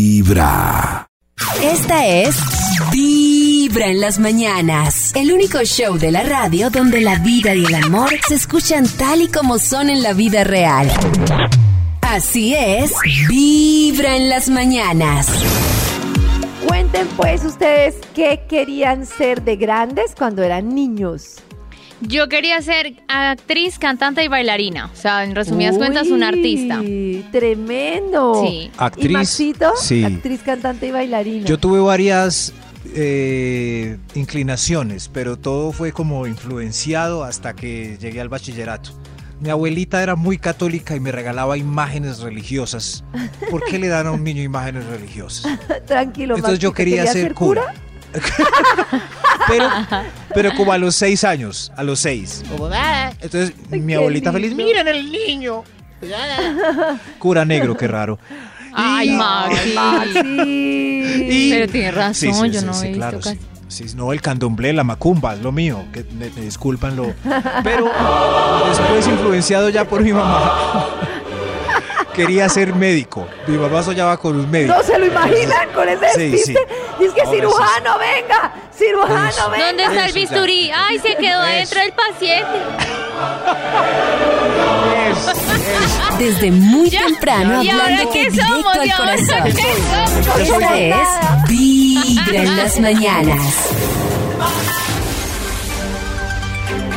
Vibra. Esta es Vibra en las mañanas, el único show de la radio donde la vida y el amor se escuchan tal y como son en la vida real. Así es, Vibra en las mañanas. Cuenten pues ustedes qué querían ser de grandes cuando eran niños. Yo quería ser actriz, cantante y bailarina. O sea, en resumidas Pues, cuentas, un artista. Uy, Tremendo. Sí. ¿Y Actriz. Maxito? Sí. Actriz, cantante y bailarina. Yo tuve varias eh, inclinaciones, pero todo fue como influenciado hasta que llegué al bachillerato. Mi abuelita era muy católica y me regalaba imágenes religiosas. ¿Por qué le dan a un niño imágenes religiosas? Tranquilo, Entonces yo Maxito, quería ¿querías ser, cura. pero, pero como a los seis años, a los seis. Entonces Ay, mi qué abuelita feliz, lindo. miren el niño. Cura negro, qué raro. Ay, Y- Maxi. Sí. Pero tiene razón, Sí, sí, yo sí, no sí, he visto claro, casi. sí. Sí, no, el candomblé, la macumba, es lo mío, que me, me disculpan lo... Pero después influenciado ya por mi mamá, quería ser médico. Mi mamá soñaba con un médico. No se lo imaginan con ese Sí, despiste. sí. Dice que Ahora sí, cirujano, venga. Cirujano, Eso. venga. ¿Dónde está el Eso ya. bisturí? Ay, se quedó Eso. dentro del paciente. Es, es. Desde muy temprano ¿Y ahora hablando qué directo somos? ¿Y al ahora corazón. qué somos? Yo soy Esta yo. es Vibra en las mañanas.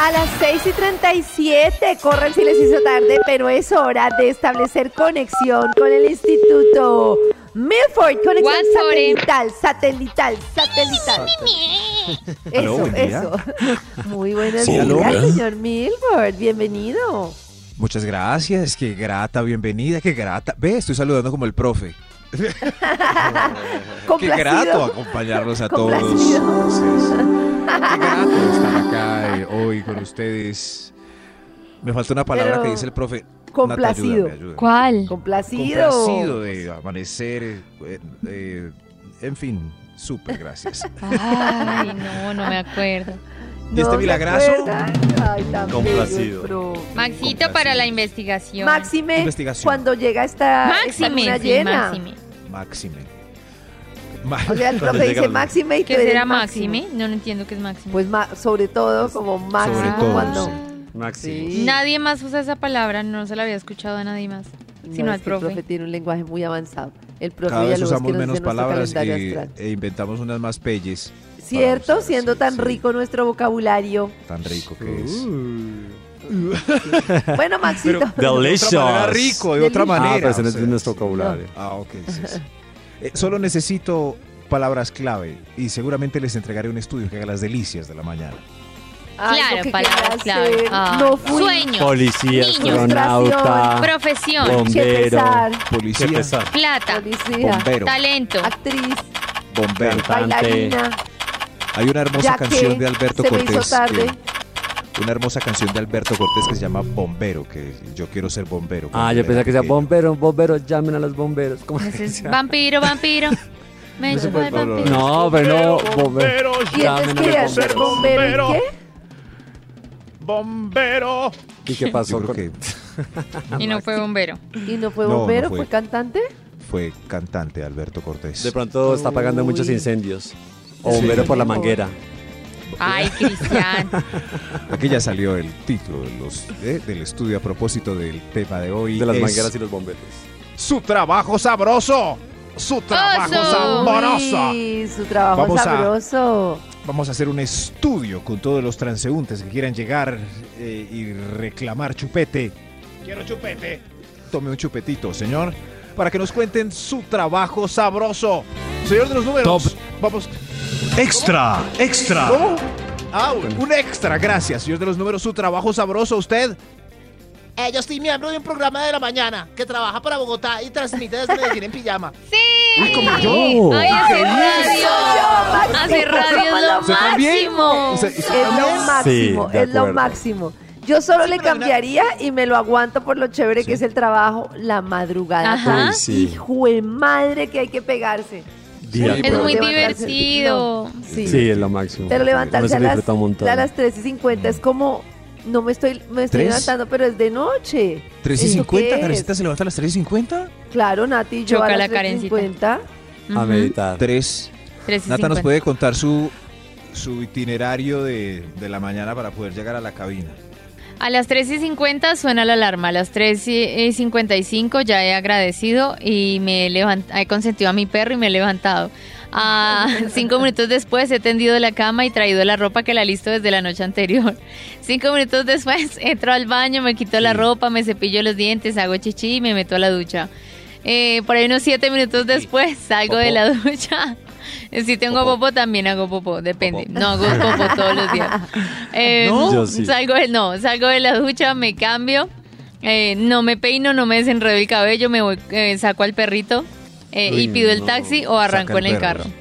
A las 6 y 37 corren si les hizo tarde, pero es hora de establecer conexión con el Instituto Milford. Conexión Watford, eh. satelital, satelital, satelital. Aló, Eso, buen día. eso. Muy buenos Sí, días, aló. señor Milford. Bienvenido. Muchas gracias, qué grata, bienvenida, qué grata. Ve, estoy saludando como el profe. Complacido. Qué grato acompañarlos a todos. Complacido. Sí, sí. Qué grato estar acá eh, hoy con ustedes. Me falta una palabra Pero que dice el profe. complacido. Nata, ayúdame, ayúdame. ¿Cuál? Complacido. Complacido de amanecer. eh, eh, eh, en fin, súper gracias. Ay, no, no me acuerdo. ¿Viste se milagrazo? acuerdan. Ay, tan bello el este Complacido. profe. Maxito para la investigación. Máxime, Investigación. cuando llega esta esta luna Máxime, sí, llena. Máxime. Máxime. O sea, el profe dice Máxime y tú ¿Qué eres será Máxime. Máxime? No, no entiendo qué es Máxime. Pues ma- sobre todo como máximo Sobre todo, cuando sí. Maxi. Sí. Nadie más usa esa palabra, no se la había escuchado a nadie más, sino No, es al que El profe profe. tiene un lenguaje muy avanzado. El profe Cada ya vez lo usamos que este menos palabras y, astral. e inventamos unas más pelles. Cierto, usar, siendo sí, tan sí. rico nuestro vocabulario. Tan rico que es. Uh. Bueno, Maxito. De otra manera rico, de otra Ah, manera. pero ese o no sea, es nuestro vocabulario. Ah, ok, sí, sí. Eh, solo necesito palabras clave y seguramente les entregaré un estudio que haga las delicias de la mañana. Algo Claro, que palabras quieras claro. hacer. Ah, No fui. Sueño, Policía, Niños. astronauta, profesión, bombero, Empezar. Policía, Qué pesar. plata, Policía, bombero, talento, actriz, bombero. bailarina, Hay una hermosa ya que canción de Alberto se me hizo Cortés. tarde. que- una hermosa canción de Alberto Cortés que se llama Bombero, que yo quiero ser bombero. Ah, yo pensaba que sea bombero, bombero, llamen a los bomberos. ¿Cómo pues Ese se Pues es dice? vampiro, vampiro. Me Ese llamo fue el Pablo vampiro. No, pero no, bombero. Y entonces quería ser bombero. ¿Y qué? ¡Bombero! ¿Y qué Yo pasó creo con que Y no fue bombero. ¿Y no fue No, no bombero? fue. fue. cantante? fue cantante Alberto Cortés. De pronto está apagando muchos Uy. incendios. O Sí. bombero por la manguera. Ay, Cristian. Aquí ya salió el título de los- eh, del estudio a propósito del tema de hoy. De las es mangueras y los bomberos. Su trabajo sabroso. Su trabajo Oso. sabroso. Uy, su trabajo Vamos a- sabroso. Vamos a hacer un estudio con todos los transeúntes que quieran llegar eh, y reclamar chupete. Quiero chupete. Tome un chupetito, señor, para que nos cuenten su trabajo sabroso. Señor de los números. Vamos. Extra, extra. ¿Cómo? Ah, un un extra, gracias, señor de los números. Su trabajo sabroso, usted. Eh, yo soy miembro de un programa de la mañana que trabaja para Bogotá y transmite desde Medellín en pijama. ¡Sí! ¡Uy! Ah, como yo. ¡Ay, hace radio! Yo, ¡Hace Maxito, radio es somos lo lo máximo! ¿Usted- Es usted lo también? máximo, Sí, de es lo acuerdo. máximo. Yo solo le cambiaría y me lo aguanto por lo chévere que es el trabajo, la madrugada. Ajá. Uy, sí. Hijo de madre que hay que pegarse. Es De Es acuerdo. muy Levantarse- divertido. No, sí. Sí, es lo máximo. Pero Uno levantarse se a las, disfruta un montón. a las 3 y 50 es como, no me estoy, me estoy ¿Tres? levantando, pero es de noche. ¿3 y ¿Esto 50? qué es? ¿Karencita se levanta a las 3 y 50? Claro, Nati, yo Choca a la las 3 y Karencita. 50. A meditar. 3. Nata nos puede contar su, su itinerario de, de la mañana para poder llegar a la cabina. A las 3 y 50 suena la alarma. A las 3 y 55 ya he agradecido y me he, levant- he consentido a mi perro y me he levantado. A cinco minutos después he tendido la cama y traído la ropa que la listo desde la noche anterior. Cinco minutos después entro al baño, me quito la ropa, me cepillo los dientes, hago chichi y me meto a la ducha. Eh, por ahí unos siete minutos después salgo de la ducha. Si tengo popó, también hago popó, depende. No hago popó todos los días. Eh, ¿No? Yo sí. salgo de, no, salgo de la ducha, me cambio, eh, no me peino, no me desenredo el cabello, me voy, eh, saco al perrito eh, y Uy, pido el no. taxi o arranco Saca en el el perro. carro.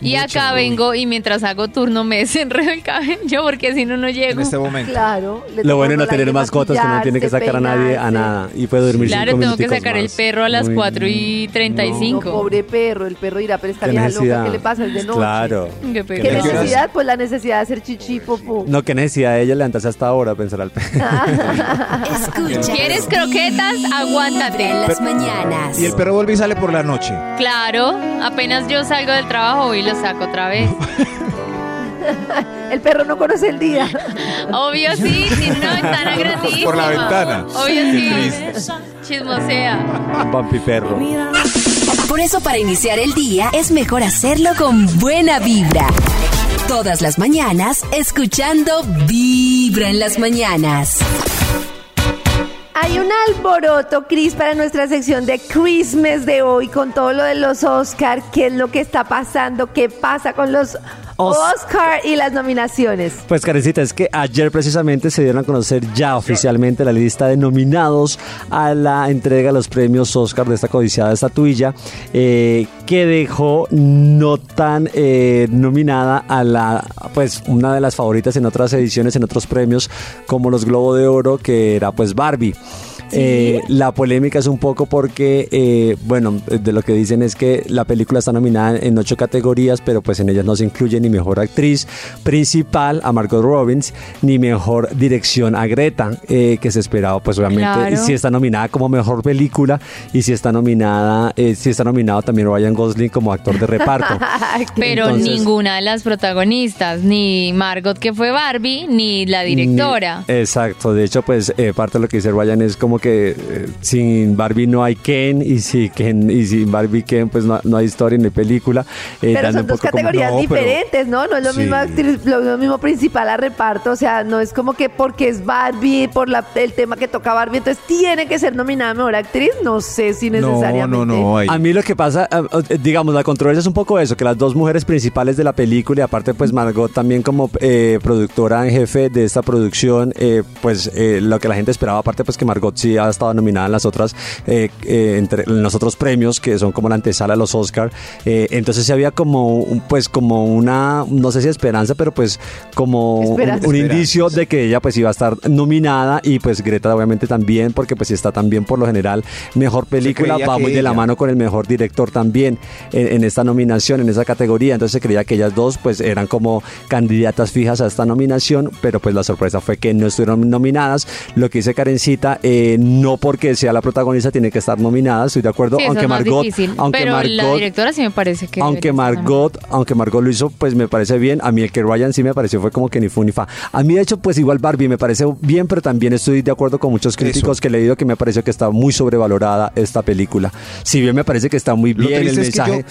Y acá vengo y mientras hago turno me desenredo el cabello porque si no, no En llego. este momento. Claro. le Lo toca bueno de volar, tener que mascotas que no tiene que maquillarse, sacar a nadie a peinarse. nada y puede dormir Claro, cinco tengo que minuticos sacar el más. perro a las Uy, 4 y No, 35. pobre perro, el perro irá, pero esta Qué vieja loca, necesidad. ¿qué le pasa? Es de noche. Claro. Qué ¿Qué ¿Qué pereza. necesidad? Pues la necesidad de hacer chichi, popó. No, qué necesidad de ella levantarse hasta ahora, pensar al perro. Escucha. ¿Quieres croquetas? Aguántate. En las mañanas. Y el perro vuelve y sale por la noche. Claro, apenas yo salgo del trabajo y lo saco otra vez. El perro no conoce el día. Obvio sí, tiene una ventana grandísima. Por la ventana. Obvio sí. Chismosea. Vampi perro. Por eso para iniciar el día es mejor hacerlo con buena vibra. Todas las mañanas escuchando Vibra en las mañanas. Hay un alboroto, Cris, para nuestra sección de Christmas de hoy con todo lo de los Oscar. ¿Qué es lo que está pasando? ¿Qué pasa con los Oscar. Oscar y las nominaciones? Pues Karencita, es que ayer precisamente se dieron a conocer ya oficialmente la lista de nominados a la entrega de los premios Oscar de esta codiciada estatuilla eh, que dejó no tan eh, nominada a la, pues una de las favoritas en otras ediciones, en otros premios como los Globo de Oro que era pues Barbie. Eh, la polémica es un poco porque, eh, bueno, de lo que dicen es que la película está nominada en ocho categorías, pero pues en ellas no se incluye ni mejor actriz principal a Margot Robbins, ni mejor dirección a Greta, eh, que se esperaba, pues obviamente, Claro. si está nominada como mejor película y si está nominada, eh, si está nominado también Ryan Gosling como actor de reparto. Pero Entonces- ninguna de las protagonistas, ni Margot que fue Barbie, ni la directora. Ni- exacto, de hecho, pues eh, parte de lo que dice Ryan es como que eh, sin Barbie no hay Ken y, si Ken y sin Barbie Ken pues no, no hay historia ni película. eh, Pero dando son un dos poco como- categorías No, pero- diferentes, ¿no? No es lo, Sí. mismo actriz- lo, lo mismo principal a reparto, o sea, no es como que porque es Barbie, por la, el tema que toca Barbie, entonces tiene que ser nominada a mejor actriz, no sé si necesariamente. No, no, no. ahí. A mí lo que pasa, eh, digamos, la controversia es un poco eso, que las dos mujeres principales de la película, y aparte pues Margot también como eh, productora en jefe de esta producción, eh, pues eh, lo que la gente esperaba, aparte pues que Margot sí ha estado nominada en las otras, eh, eh, entre- en los otros premios, que son como la antesala a los Oscar, eh, entonces sí había como, un- pues como una, no sé si esperanza, pero pues como un- Esperanza. un indicio de que ella pues iba a estar nominada y pues Greta obviamente también, porque pues si está también por lo general mejor película, creía va que muy de la ella. mano con el mejor director también en, en esta nominación, en esa categoría. Entonces se creía que ellas dos pues eran como candidatas fijas a esta nominación, pero pues la sorpresa fue que no estuvieron nominadas. Lo que dice Karencita, eh, no porque sea la protagonista tiene que estar nominada, estoy de acuerdo, Sí, eso aunque es más Margot, difícil. aunque Pero la Margot directora sí me parece que. aunque debería estar Margot, aunque Margot lo hizo, pues me parece bien. A mí el que Ryan sí me pareció fue como que ni fu ni fa. A mí de hecho, pues igual Barbie me parece bien, pero también estoy de acuerdo con muchos críticos que he leído que me pareció que está muy sobrevalorada esta película. Si bien me parece que está muy Lo bien el triste es que mensaje.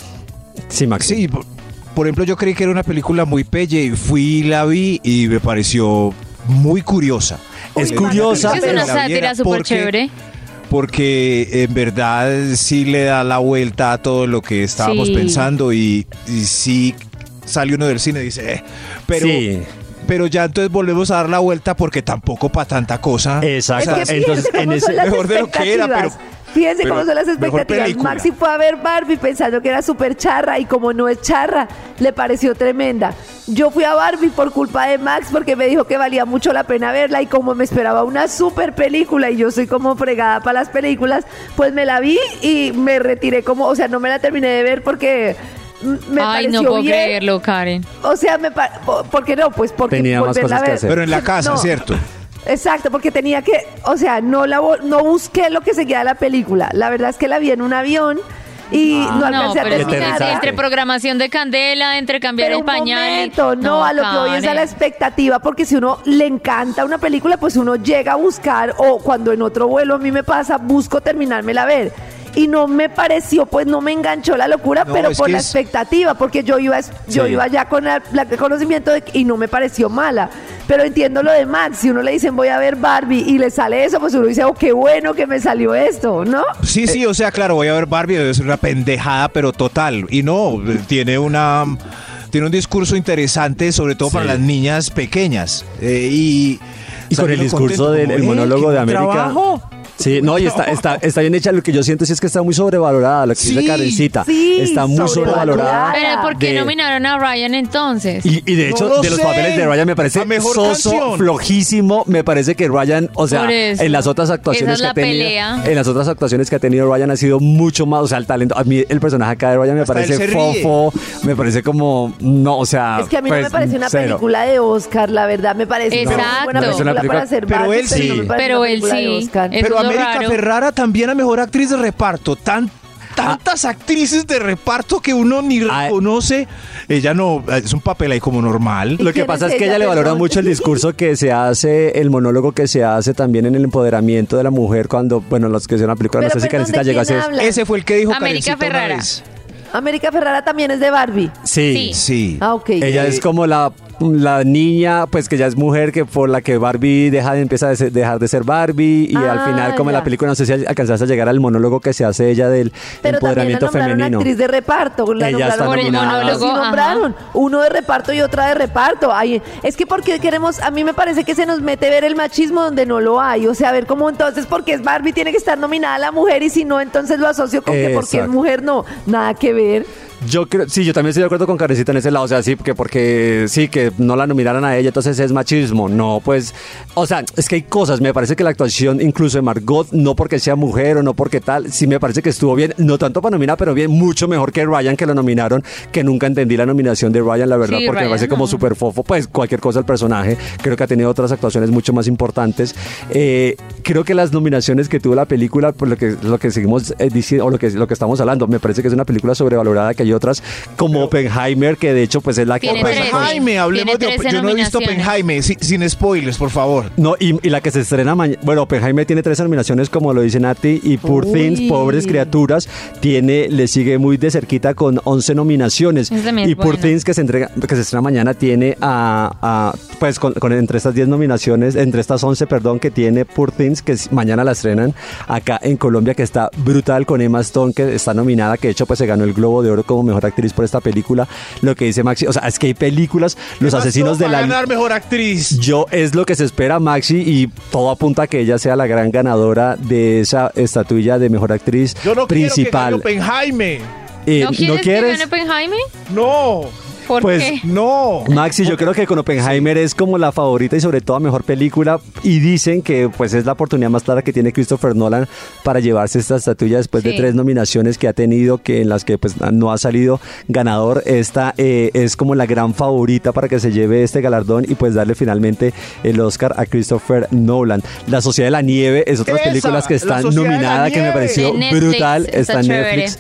Sí, Max. Sí, por, por ejemplo, yo creí que era una película muy pelle. y Fui y la vi y me pareció muy curiosa. Es Eh, curiosa, la Es una viera, sátira súper porque- chévere. Porque en verdad sí le da la vuelta a todo lo que estábamos Sí. pensando y, y sí sale uno del cine y dice, eh, pero, Sí. pero ya entonces volvemos a dar la vuelta porque tampoco para tanta cosa. Exacto. Es que Entonces, fíjense cómo en son ese- las mejor de lo que era, pero- expectativas. Fíjense Pero, cómo son las mejor expectativas. película. Maxi fue a ver Barbie pensando que era súper charra y como no es charra, le pareció tremenda. Yo fui a Barbie por culpa de Max porque me dijo que valía mucho la pena verla y como me esperaba una súper película y yo soy como fregada para las películas, pues me la vi y me retiré como, o sea, no me la terminé de ver porque mm, me Ay, pareció no puedo bien. creerlo, Karen. O sea, me pa- po- ¿por qué no? Pues porque Tenía más volverla a cosas que ver. hacer. eh, Pero en la casa, No. ¿cierto? Exacto, porque tenía que, o sea, no la bo- no busqué lo que seguía de la película. La verdad es que la vi en un avión y no Ah, No, alcancé a pero es que terminarla. entre programación de candela, entre cambiar Pero el un pañal. momento, no, a lo que voy es a la Karen. expectativa, porque si uno le encanta una película, pues uno llega a buscar, o cuando en otro vuelo a mí me pasa, busco terminármela a ver. Y no me pareció, pues no me enganchó la locura, No, pero es por que la es- expectativa, porque yo iba, es- yo Sí. iba ya con la- la- el conocimiento de que- y no me pareció mala. Pero entiendo lo de Max, si uno le dicen voy a ver Barbie y le sale eso, pues uno dice, oh, qué bueno que me salió esto, ¿no? Sí, Eh, sí, o sea, claro, voy a ver Barbie, es una pendejada, pero total. Y no, tiene una tiene un discurso interesante, sobre todo para las niñas pequeñas. Eh, y Y con el salieron discurso contentos, del como, el "Eh, monólogo qué de buen América. trabajo". Sí, no, y está, está, está bien hecha. Lo que yo siento sí es que está muy sobrevalorada, lo que dice Sí, Karencita. sí, está muy sobrevalorada. sobrevalorada. Pero ¿por qué de- nominaron a Ryan entonces? Y, y de No hecho, lo de los sé. papeles de Ryan me parece La mejor soso, canción. flojísimo. Me parece que Ryan, o sea, Por eso. en las otras Esa actuaciones es que la ha tenido, pelea. en las otras actuaciones que ha tenido Ryan ha sido mucho más, o sea, el talento. A mí el personaje acá de Ryan me Hasta él parece se ríe. fofo, me parece como no, o sea, Es que a mí no me pues, parece una cero. película de Oscar, la verdad. Me parece una muy Exacto. buena No, es película, una película- para hacer pero Barbie, él sí. no me parece Pero una él película de sí. Oscar. Eso Pero es lo América raro. Ferrara también a mejor actriz de reparto. Tan, Ah. tantas actrices de reparto que uno ni Ah, reconoce. Ella no, es un papel ahí como normal. Lo que quién pasa es es que ella, ella le valora perdón? mucho el discurso que se hace, el monólogo que se hace también en el empoderamiento de la mujer cuando, bueno, los que hicieron la película, Pero no sé si perdón, Karencita ¿de llegó a pues, quién hacer. hablan? Ese fue el que dijo América Karencita una Ferrara. vez. América Ferrara también es de Barbie. Sí. Sí. Sí. Ah, ok. Ella Eh, es como la, la niña, pues que ya es mujer, que por la que Barbie deja de, empieza a ser- dejar de ser Barbie y Ah, al final, como en ya. la película, no sé si alcanzaste a llegar al monólogo que se hace ella del Pero también la empoderamiento nombraron femenino. actriz de reparto. La Ella nombraron está por el nominada. monólogo, sí Ajá. nombraron. Uno de reparto y otra de reparto. Ay, es que porque queremos, a mí me parece que se nos mete ver el machismo donde no lo hay. O sea, a ver cómo entonces, porque es Barbie, tiene que estar nominada la mujer y si no, entonces lo asocio con que porque es Exacto. mujer no. Nada que ver. Yo creo, sí, yo también estoy de acuerdo con Karencita en ese lado, o sea, sí, que porque sí, que no la nominaran a ella, entonces es machismo. No, pues, o sea, es que hay cosas, me parece que la actuación incluso de Margot, no porque sea mujer o no porque tal, sí me parece que estuvo bien, no tanto para nominar, pero bien, mucho mejor que Ryan, que lo nominaron, que nunca entendí la nominación de Ryan, la verdad, Sí, porque Ryan, me parece como no. súper fofo, pues cualquier cosa el personaje, creo que ha tenido otras actuaciones mucho más importantes. Eh, creo que las nominaciones que tuvo la película, por lo que, lo que seguimos eh, diciendo, o lo que, lo que estamos hablando, me parece que es una película sobrevalorada, que hay otras como Oppenheimer, que de hecho pues es la que... Tiene pues, trece. Oppenheimer, hablemos de Tiene trece Yo no he visto nominaciones. Oppenheimer, si- sin spoilers, por favor. No, y, y la que se estrena mañana. Bueno, Oppenheimer tiene tres nominaciones, como lo dice Nati, y Poor Uy. Things, Pobres Criaturas, tiene, le sigue muy de cerquita con 11 nominaciones. Esa también es Y Poor buena. Things, que se, entrega, que se estrena mañana, tiene a. a, pues con, con- entre estas 10 nominaciones, entre estas 11, perdón, que tiene Poor Things, que es- mañana la estrenan acá en Colombia, que está brutal con Emma Stone, que está nominada, que de hecho pues se ganó el Globo de Oro como mejor actriz por esta película. Lo que dice Maxi, o sea, es que hay películas, Los Asesinos de Va a la. ganar mejor actriz. Yo es lo que se espera Maxi y todo apunta a que ella sea la gran ganadora de esa estatuilla de mejor actriz Yo no principal. quiero que gane Oppenheimer. Eh, ¿No quieres, que quieres? gane Oppenheimer? No, ¿Por Pues, qué? no. Maxi, yo creo que con Oppenheimer es como la favorita y sobre todo mejor película y dicen que pues es la oportunidad más clara que tiene Christopher Nolan para llevarse esta estatuilla después de Sí. tres nominaciones que ha tenido que en las que pues no ha salido ganador esta eh, es como la gran favorita para que se lleve este galardón y pues darle finalmente el Oscar a Christopher Nolan. La Sociedad de la Nieve es otra de las Esa, películas que La está Sociedad de la nominada que me Nieve. pareció De Netflix, brutal está está en chévere. Netflix.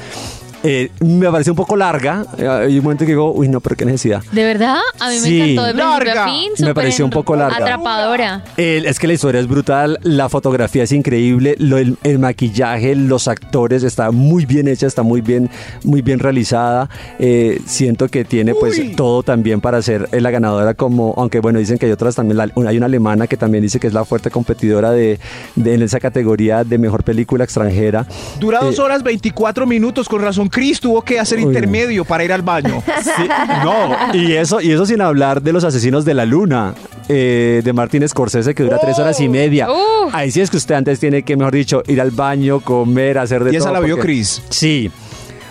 Eh, me parece un poco larga. Eh, Hay un momento que digo, uy, no, pero qué necesidad. ¿De verdad? A mí Sí. me encantó de principio Larga. a fin. Me súper pareció un poco larga. Atrapadora. El- es que la historia es brutal, la fotografía es increíble, lo- el, el maquillaje, los actores está muy bien hecha, está muy bien, muy bien realizada. Eh, siento que tiene pues todo también para ser eh, la ganadora como, aunque bueno dicen que hay otras también, la- hay una alemana que también dice que es la fuerte competidora de, de- en esa categoría de mejor película extranjera. Dura dos Eh, horas 24 minutos, con razón Chris tuvo que hacer Uy, no. intermedio para ir al baño. Sí, no, y eso, y eso sin hablar de los asesinos de la luna, eh, de Martin Scorsese que dura tres horas y media. Uh. Ahí sí es que usted antes tiene que, mejor dicho, ir al baño, comer, hacer de Y todo. esa la vio porque- Chris. Sí.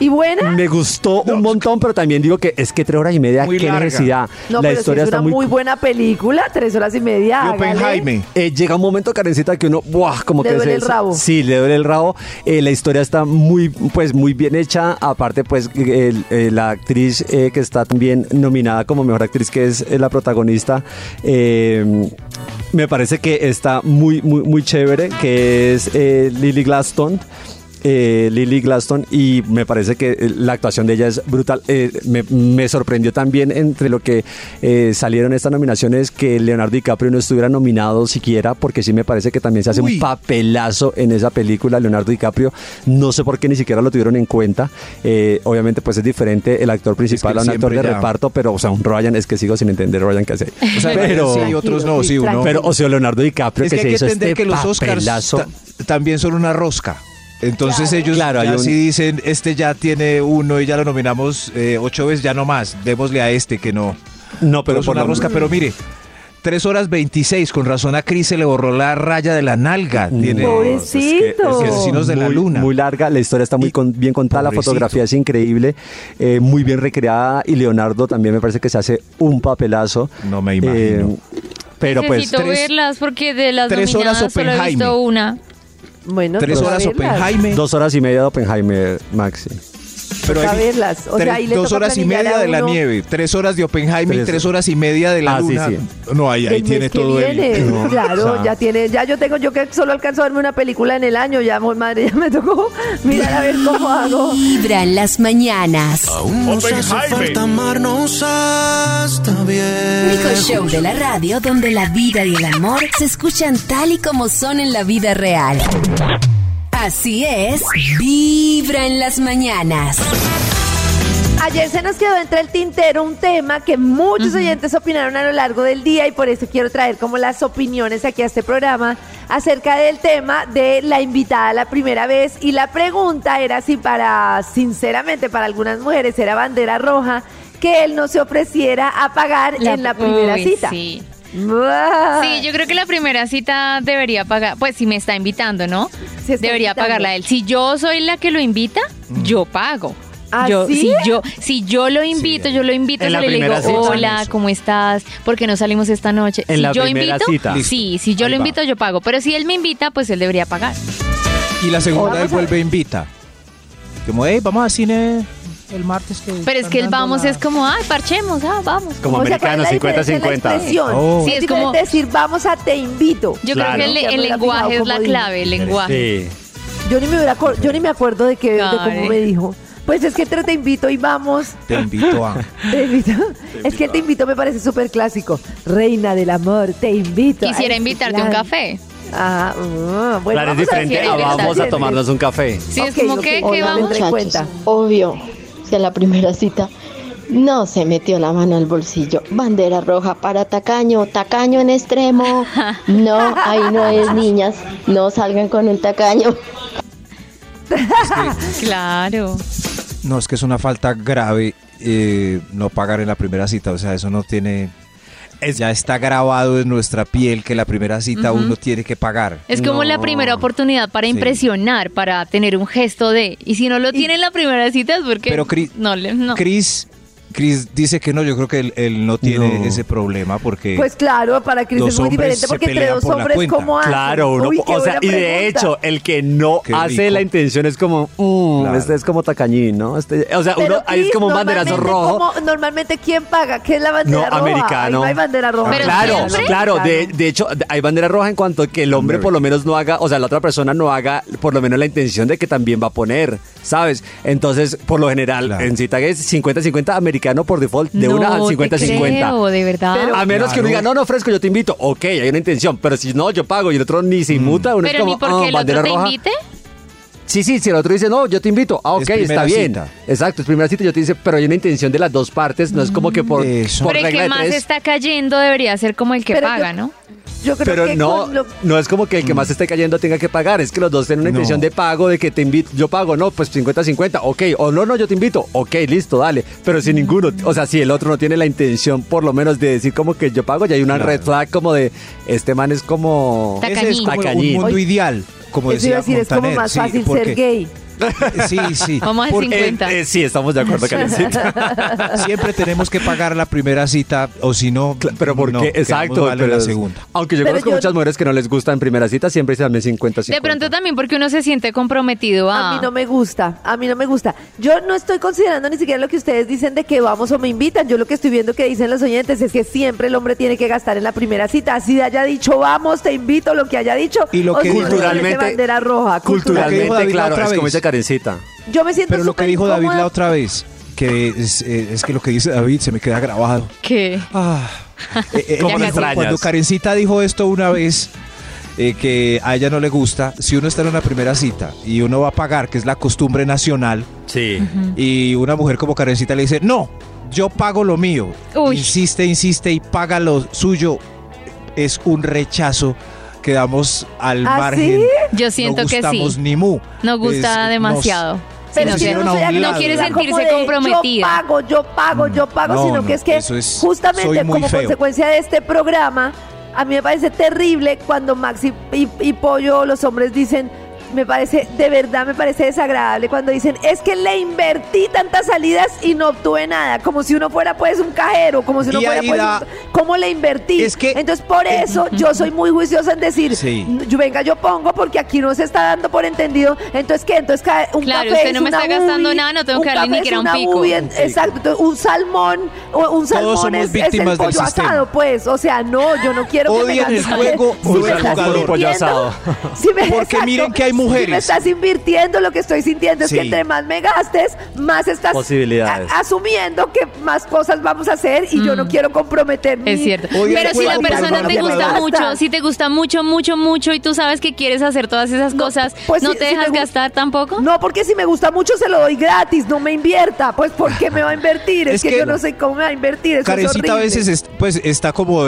¿Y buena? Me gustó un montón, pero también digo que es que tres horas y media, Muy qué larga. necesidad. No, la pero historia sí es está una muy. muy buena película, tres horas y media. Y hágale. Oppenheimer. Eh, llega un momento, Karencita, que uno, ¡buah! Como Le que duele el rabo. Sí, le duele el rabo. Eh, la historia está muy, pues, muy bien hecha. Aparte, pues, el- eh, la actriz eh, que está también nominada como mejor actriz, que es eh, la protagonista, eh, me parece que está muy, muy, muy chévere, que es eh, Lily Glaston. eh, Lily Glaston y me parece que eh, la actuación de ella es brutal. Eh, me, me sorprendió también entre lo que eh, salieron estas nominaciones que Leonardo DiCaprio no estuviera nominado siquiera porque sí me parece que también se hace Uy. un papelazo en esa película Leonardo DiCaprio. No sé por qué ni siquiera lo tuvieron en cuenta. Eh, obviamente pues es diferente el actor principal él a un actor siempre de ya- reparto, pero o sea, un Ryan es que sigo sin entender Ryan que hace. O sea, pero sí, y otros no, sí, uno. pero, o sea, Leonardo DiCaprio es que que, hay se que hizo entender este que los Oscars papelazo. ta- también son una rosca. Entonces ellos Claro, ya hay un- sí dicen, este ya tiene uno y ya lo nominamos eh, ocho veces, ya no más, démosle a este que no. Pero No, pero es por una lo- rosca, pero mire, tres horas 26, con razón a Cris se le borró la raya de la nalga. Uh, Tiene, Pobrecito. Los asesinos de la muy- luna. Muy larga, la historia está muy Y- con- bien contada, la Pobrecito. fotografía es increíble, eh, muy bien recreada y Leonardo también me parece que se hace un papelazo. Eh, No me imagino. pero pues Necesito tres- verlas porque de las tres horas nominadas solo he visto Oppenheimer. una. Bueno, tres toca horas verlas. Oppenheimer. pues, dos horas y media de Oppenheimer, Maxi. pero toca ahí- verlas. O tres- sea, ahí le dos toca horas y planillar media a de la uno nieve, tres horas de Oppenheimer y Tres- tres horas y media de la Ah, sí, luna. sí. No, ahí, ahí del tiene mes que todo el- viene. No, Claro, o sea. ya tiene, ya yo tengo, yo que solo alcanzo a verme una película en el año, ya mo- madre, ya me tocó mirar a ver cómo hago. Vibra en las mañanas. Nos hace falta amarnos hasta bien. único show de la radio donde la vida y el amor se escuchan tal y como son en la vida real. Así es, vibra en las mañanas. Ayer se nos quedó entre el tintero un tema que muchos oyentes opinaron a lo largo del día y por eso quiero traer como las opiniones aquí a este programa acerca del tema de la invitada la primera vez y la pregunta era si para, sinceramente, para algunas mujeres era bandera roja que él no se ofreciera a pagar en la primera Uy, cita. Sí. Buah. Sí, yo creo que la primera cita debería pagar, pues si me está invitando, ¿no? Si está debería invitando. pagarla él. Si yo soy la que lo invita, Mm. yo pago. ¿Ah, yo, sí? si yo, si yo lo invito, yo lo invito, En se la le digo, primera cita. hola, ¿cómo estás? ¿Por qué no salimos esta noche? En si la yo primera invito, cita. sí, si yo Ahí lo va. invito, yo pago. Pero si él me invita, pues él debería pagar. Y la segunda Vamos él a vuelve e invita. Como, hey, vamos al cine el martes que. Pero es que el vamos es como, ay, parchemos, ah, vamos. Como O sea, ¿cuál americano, es la diferencia en la 50-50. expresión? Oh. Sí, Sí, es es como- diferente decir, vamos a te invito. Yo Claro. creo que el, Ya el me lo he lenguaje fijado es la como clave, el lenguaje. Sí. Yo ni me hubiera acor- yo ni me acuerdo de que de cómo Karen. me dijo. Pues es que entre te invito y vamos. Te invito a. Te invito. es que te invito me parece súper clásico. Reina del amor, te invito. Quisiera Ay, invitarte a un claro. café. Ah, ah, bueno, Claro, es vamos a diferente decir a diferente. vamos a diferente. tomarnos un café. Sí, Ok, es como ok, que, hola, que vamos. Andrea. Muchachos, cuenta. Obvio que en la primera cita no se metió la mano al bolsillo. Bandera roja para tacaño, tacaño en extremo. No, ahí no es niñas, no salgan con un tacaño. Claro. No, es que es una falta grave eh, no pagar en la primera cita. O sea, eso no tiene. Ya está grabado en nuestra piel que la primera cita uno tiene que pagar. Es como la primera oportunidad para Sí. impresionar, para tener un gesto de. Y si no lo tienen la primera cita es porque Pero Cris, no le no. Chris, Chris dice que no. Yo creo que él, él no tiene No. ese problema porque. Pues claro, para Cris Los es muy hombres diferente se porque entre pelean dos por la hombres, cuenta. ¿cómo hacen? Claro, uno, Uy, qué o buena sea, y de pregunta. hecho, el que no Qué hace rico. la intención es como, mm, Claro. este es como tacañín, ¿no? Este, o sea, Pero, uno, ahí es Cris, como un banderazo normalmente, rojo. ¿cómo- normalmente, ¿quién paga? ¿Qué es la bandera No, roja? Ahí americano. no hay bandera roja. Pero claro, siempre- claro. De, de hecho, hay bandera roja en cuanto a que el hombre por lo menos no haga, o sea, la otra persona no haga por lo menos la intención de que también va a poner, ¿sabes? Entonces, por lo general, Claro. en cita que es 50-50 americano por default, de una al Ah, No te 50-50. creo, de verdad. Pero- a menos que uno diga, no, no, fresco, yo te invito. Ok, hay una intención, pero si no, yo pago y el otro ni Mm. se inmuta. Uno es Pero como, ni porque ah, el bandera otro te roja. invite. Sí, sí, si el otro dice, no, yo te invito. Ah, Es ok, está primera bien. cita. Exacto, es primera cita. Yo te dice, pero hay una intención de las dos partes. No es como que por, Eso. por Pero el regla que de más tres. está cayendo debería ser como el que Pero paga, yo- ¿no? Yo creo Pero que no, con lo- no es como que el que más esté cayendo tenga que pagar, es que los dos tienen una Mm. No. intención de pago, de que te invito, yo pago, no, pues 50-50, ok, o no, no, yo te invito, ok, listo, dale, pero Mm. si ninguno, o sea, si el otro no tiene la intención por lo menos de decir como que yo pago, ya hay una red flag como de, este man es como... Tacañín. Ese es como Tacañín. un mundo ideal, como Eso decía iba a decir, es como Montaner, más sí, fácil porque- ser gay. Sí, sí. Vamos a porque 50. Eh, eh, sí, estamos de acuerdo, Karencita. Siempre tenemos que pagar la primera cita, o si no, Cla- Pero porque, no, quedamos exacto, mal en pero la es- segunda. Aunque yo Pero conozco yo- muchas mujeres que no les gusta en primera cita, siempre se dan 50-50. De pronto también porque uno se siente comprometido a... A mí no me gusta, a mí no me gusta. Yo no estoy considerando ni siquiera lo que ustedes dicen de que vamos o me invitan. Yo lo que estoy viendo que dicen los oyentes es que siempre el hombre tiene que gastar en la primera cita. Así haya dicho vamos, te invito, lo que haya dicho. Y lo o que- si no, Culturalmente- ese bandera roja. Lo que dijo Culturalmente, David la claro, otra es como vez. dice Karencita. Yo me siento Pero lo que súper dijo David incómoda. la otra vez, que es, eh, es que lo que dice David se me queda grabado. ¿Qué? Ah, eh, eh, ¿Cómo cuando- me extrañas? Cuando Karencita dijo esto una vez, eh, que a ella no le gusta, si uno está en una primera cita y uno va a pagar, que es la costumbre nacional, Sí. y una mujer como Karencita le dice, no, yo pago lo mío, Uy. insiste, insiste y paga lo suyo, es un rechazo. Quedamos al ¿Ah, margen. sí? Yo siento no que sí. gustamos ni mu. No Es- gusta nos- demasiado. Pero nos es que hicieron no, a soy un aquella lado. no quiere persona como sentirse de, comprometida. Yo pago, yo pago, yo pago, No, sino no, que es que eso es- soy justamente muy como feo. consecuencia de este programa, a mí me parece terrible cuando Max y, y- y Pollo, los hombres dicen, me parece, de verdad me parece desagradable cuando dicen, es que le invertí tantas salidas y no obtuve nada, como si uno fuera pues un cajero, como si uno Y fuera ahí pues, la- un- ¿cómo le invertí? Es que- eh, Entonces por eso yo soy muy juiciosa en decir, Sí. yo, venga yo pongo porque aquí no se está dando por entendido, entonces ¿qué? Entonces cae un Claro, café usted es no me una está gastando uvi, nada, no tengo que un darle ni café siquiera es un una pico. uvi, en- Exacto, entonces, un salmón, o un salmón somos es, es víctimas del el pollo sistema. asado, pues. O sea, no, yo no quiero que me Odian el gasten- juego si o me el estás jugador. invirtiendo- Pollo asado. si me- Porque miren que hay Si me mujeres. estás invirtiendo, lo que estoy sintiendo es Sí. que entre más me gastes, más estás Posibilidades. a- asumiendo que más cosas vamos a hacer y yo no quiero comprometerme. Mm. Es cierto. Oye, Pero si juega la con persona Barbara te gusta Basta. mucho, si te gusta mucho, mucho, mucho y tú sabes que quieres hacer todas esas No, cosas, pues ¿no sí, te sí me dejas gu- gastar tampoco? No, porque si me gusta mucho se lo doy gratis, no me invierta. Pues, ¿por qué me va a invertir? Es, Es que, que- yo no sé cómo me va a invertir. Eso es Karencita a horrible. veces es- pues está como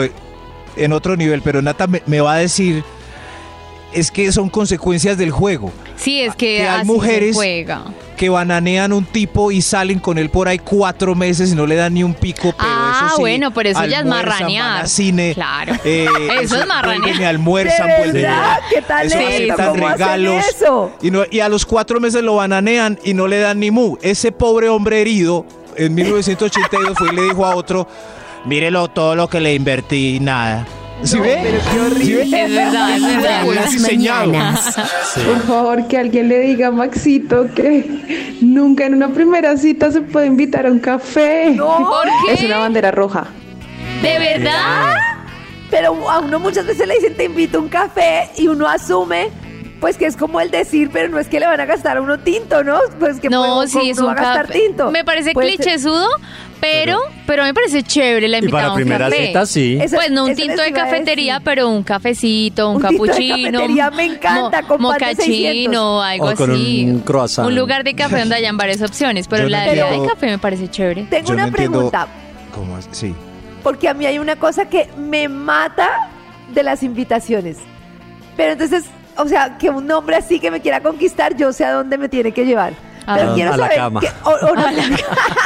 en otro nivel, pero Nata me, me va a decir es que son consecuencias del juego, Sí, es que, Que hay así se mujeres- juega. que bananean un tipo y salen con él por ahí cuatro meses y no le dan ni un pico, pero Ah, eso sí, bueno, pero eso ya es almuerzan, marranear. van a cine, Claro. eh, Eso es marranear. vuelven y almuerzan, ¿De vuelven y- verdad? ¿Qué tal eso eso? aceptan ¿Cómo hacen regalos eso? Y, no- y a los cuatro meses lo bananean y no le dan ni mu. Ese pobre hombre herido en 1982 fue y le dijo a otro, mírelo todo lo que le invertí y nada. ¿Sí ve? ¿Sí ve? Es verdad, es verdad. Fue Las diseñado. mañanas. Por favor, que alguien le diga a Maxito que nunca en una primera cita se puede invitar a un café. ¿Por Es una qué? bandera roja. ¿De verdad? Pero a uno muchas veces le dicen te invito a un café y uno asume pues que es como el decir, pero no es que le van a gastar a uno tinto, ¿no? Pues que No, puede- sí, uno es va un a gastar café. tinto. Pues, Me parece Puede ser- clichésudo, pero, pero me parece chévere la Y invitada a para un primera café. cita, sí. Eso- pues no un eso les tinto de iba a cafetería, decir. pero un cafecito, un, Un tinto de capuchino. cafetería, me encanta, con pan de 600. mocachino, algo O con así. un croissant. Un lugar de café donde hayan varias opciones, pero Yo no la área de entiendo- café me parece chévere. Tengo Yo una no entiendo- pregunta, ¿Cómo así? Sí. porque a mí hay una cosa que me mata de las invitaciones. Pero entonces, o sea, que un hombre así que me quiera conquistar, yo sé a dónde me tiene que llevar. Ah. Pero quiero A la saber cama. que- o- o no-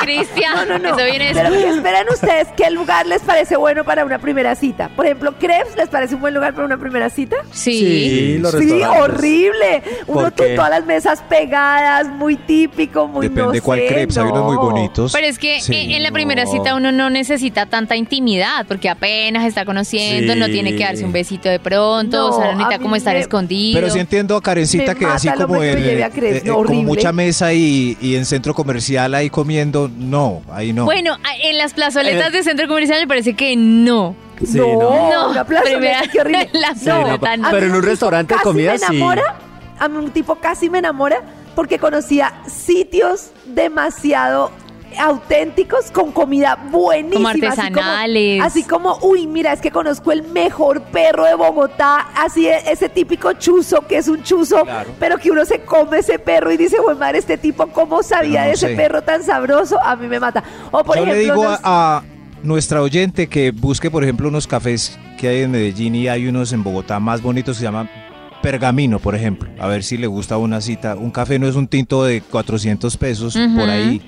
Cristian, No, no, no. eso viene Pero ¿qué esperan ustedes? ¿Qué lugar les parece bueno para una primera cita? Por ejemplo, ¿Krebs les parece un buen lugar para una primera cita? Sí. los Sí, restaurantes. horrible. Uno ¿Por con qué? todas las mesas pegadas, muy típico, muy no Depende sé, cuál crepes, hay unos muy no. bonitos. Pero es que eh, Sí, eh, en en la primera no. cita uno no necesita tanta intimidad porque apenas está conociendo, no Sí. tiene que darse un besito de pronto, o sea, No, no a necesita mí como estar me- escondido. Pero sí entiendo a Karencita Me que mata así el como, hombre que en, lleve a eh, eh, Crespo, eh, horrible. como mucha mesa y, y en centro comercial ahí comiendo, no, ahí no. Bueno, a- en las plazoletas Eh. de centro comercial me parece que no. Sí, no, no. No, una plaza, primera- mira, qué horrible. la Sí, no, plazoleta no. A mí Pero en un tipo restaurante de casi comida, me sí. enamora, A mí un tipo casi me enamora porque conocía sitios demasiado auténticos con comida buenísima. así artesanales. Así como, uy, mira, es que conozco el mejor perro de Bogotá, así e- ese típico chuzo que es un chuzo, pero que uno se come ese perro y dice, bueno, madre, este tipo, ¿cómo sabía no de ese sé. perro tan sabroso? A mí me mata. O por Yo ejemplo, le digo no a, a nuestra oyente que busque, por ejemplo, unos cafés que hay en Medellín y hay unos en Bogotá más bonitos que se llaman Pergamino, por ejemplo. A ver si le gusta una cita. Un café no es un tinto de 400 pesos Ujú. por ahí.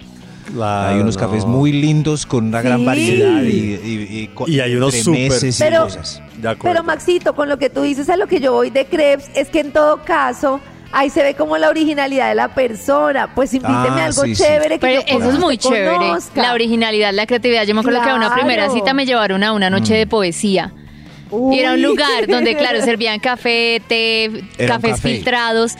Ah, hay unos cafés muy lindos con una gran Sí. variedad y, y- co- Y hay unos entre meses y súper- Pero- cosas. De acuerdo. Pero Maxito, con lo que tú dices a lo que yo voy de crepes, es que en todo caso ahí se ve como la originalidad de la persona. Pues invíteme Ah, algo sí, sí. chévere que Pero yo por eso es lo muy menos te chévere. conozca. La originalidad, la creatividad. Yo me acuerdo que a una Claro. primera cita me llevaron a una noche Mm. de poesía. Uy. Y era un lugar donde, claro, servían café, té, Era un cafés café. filtrados.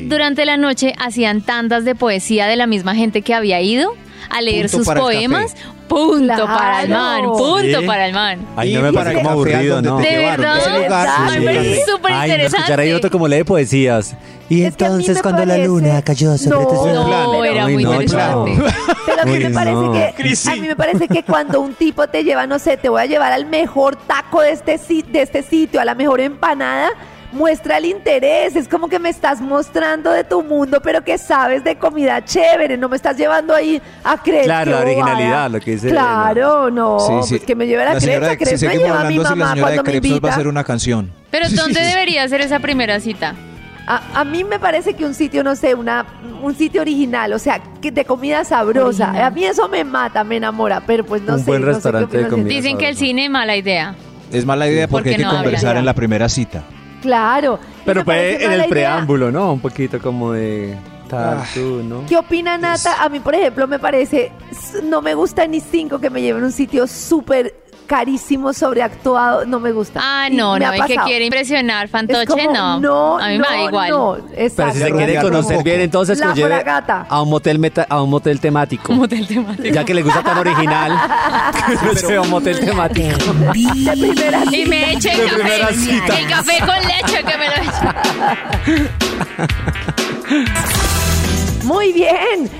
Sí. durante la noche hacían tandas de poesía de la misma gente que había ido a leer Punto sus para el poemas. Punto para el man, Claro. punto Sí. para el man. Ahí Y no me ese parece café como al aburrido, donde ¿no? te ¿De llevaron, verdad? ese lugar, Exacto. sí, Ay, pero sí. es súper Ay, no, escuchar ahí interesante. otro como lee poesías. Y Es que a mí entonces me cuando la parece- luna cayó sobre No, tu ciudad. no, era Ay, muy no, interesante. chao. Pero que Uy, me parece no. que Crisi. a mí me parece que cuando un tipo te lleva, no sé, te voy a llevar al mejor taco de este si- de este sitio, a la mejor empanada, muestra el interés, es como que me estás mostrando de tu mundo, pero que sabes de comida chévere, no me estás llevando ahí a creer. Claro, qué la originalidad, bobada. lo que dice Claro, no, Sí, sí. pues que me lleve a la, La señora de- crepes, a si crepes me seguimos lleva a mi hablando así, la mamá señora de cuando me Crepes va a invita. hacer una canción. Pero ¿dónde debería ser esa primera cita? A, a mí me parece que un sitio, no sé, una, un sitio original, o sea, que de comida sabrosa. Original. A mí eso me mata, me enamora, pero pues no Un sé. buen no sé qué restaurante de opinas tú. comida. Dicen que el sabroso. cine mala idea. Es mala idea ¿Por porque qué hay que no habla? conversar en la primera cita. Claro. y Pero me parece fue en mala el idea. preámbulo, ¿no? Un poquito como de tal, Ah. tú, ¿no? ¿Qué opina Nata? A mí, por ejemplo, me parece, s- no me gusta ni cinco que me lleven a un sitio súper carísimo, sobreactuado, no me gusta. Ah, Y no, me no, ha es que pasado. quiere impresionar, Es fantoche, como, no. no. A mí me da no, igual. no, Pero exacto. si se quiere Rodear un conocer poco. bien, entonces que La lo lleve fragata. a un motel meta- a un motel temático. Como del tema. Ya que le gusta tan original, que lo lleve a un motel temático. De vibra. Y me eche De el primera café. cita. El café con leche que me lo eche. Muy bien.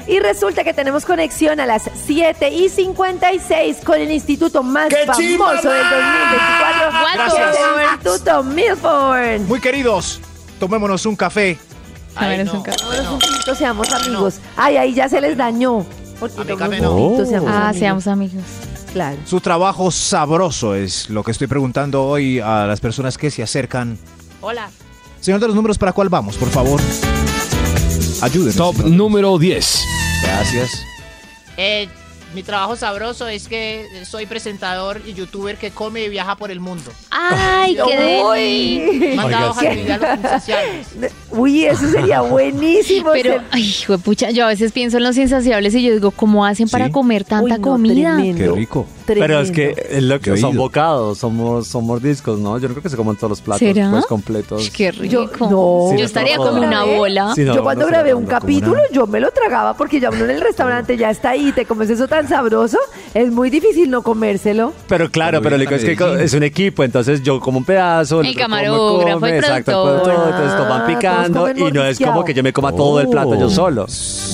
Y resulta que tenemos conexión a las 7 y 56 con el instituto más famoso del 2024. que es el Gracias. Instituto Milford. Muy queridos, tomémonos un café. También es un café. Tomémonos un tinto, Ah, seamos amigos. Ay, ahí ya se les dañó. Porque tomen un Oh. tinto, seamos Ah, amigos. seamos amigos. Claro. Su trabajo sabroso es lo que estoy preguntando hoy a las personas que se acercan. Hola. Señor de los números, ¿para cuál vamos, por favor? Ayúdenos. Top señor. número 10. Gracias. Eh, mi trabajo sabroso es que soy presentador y youtuber que come y viaja por el mundo. Ay, qué deli. Uy. Mandado Oiga, hojas de vida a los insaciables. Uy, eso sería buenísimo. Pero, Ese- ay, pucha, yo a veces pienso en los insaciables y yo digo, ¿cómo hacen para Sí. comer tanta Uy, no, comida? tremendo. Qué rico. Pero es que Tremendo. es lo Yo que he son ido. bocados, somos, somos discos, ¿no? Yo no creo que se coman todos los platos ¿Será? pues, completos. Ay, Qué rico. Yo- no. Sí, Yo no, estaría no, como no. una bola. Sí, no, yo cuando no se grabé lo un como una- capítulo, yo me lo tragaba porque ya uno en el restaurante ya está ahí, te comes eso tan sabroso, es muy difícil no comérselo. Pero claro, Cuando pero lo vienen que a es que Medellín. es un equipo, entonces yo como un pedazo, El otro come, camarógrafo, el exacto, productor. todo, entonces esto Ah, van picando todos comen y no es como mordisqueado. que yo me coma todo el plato Oh. yo solo.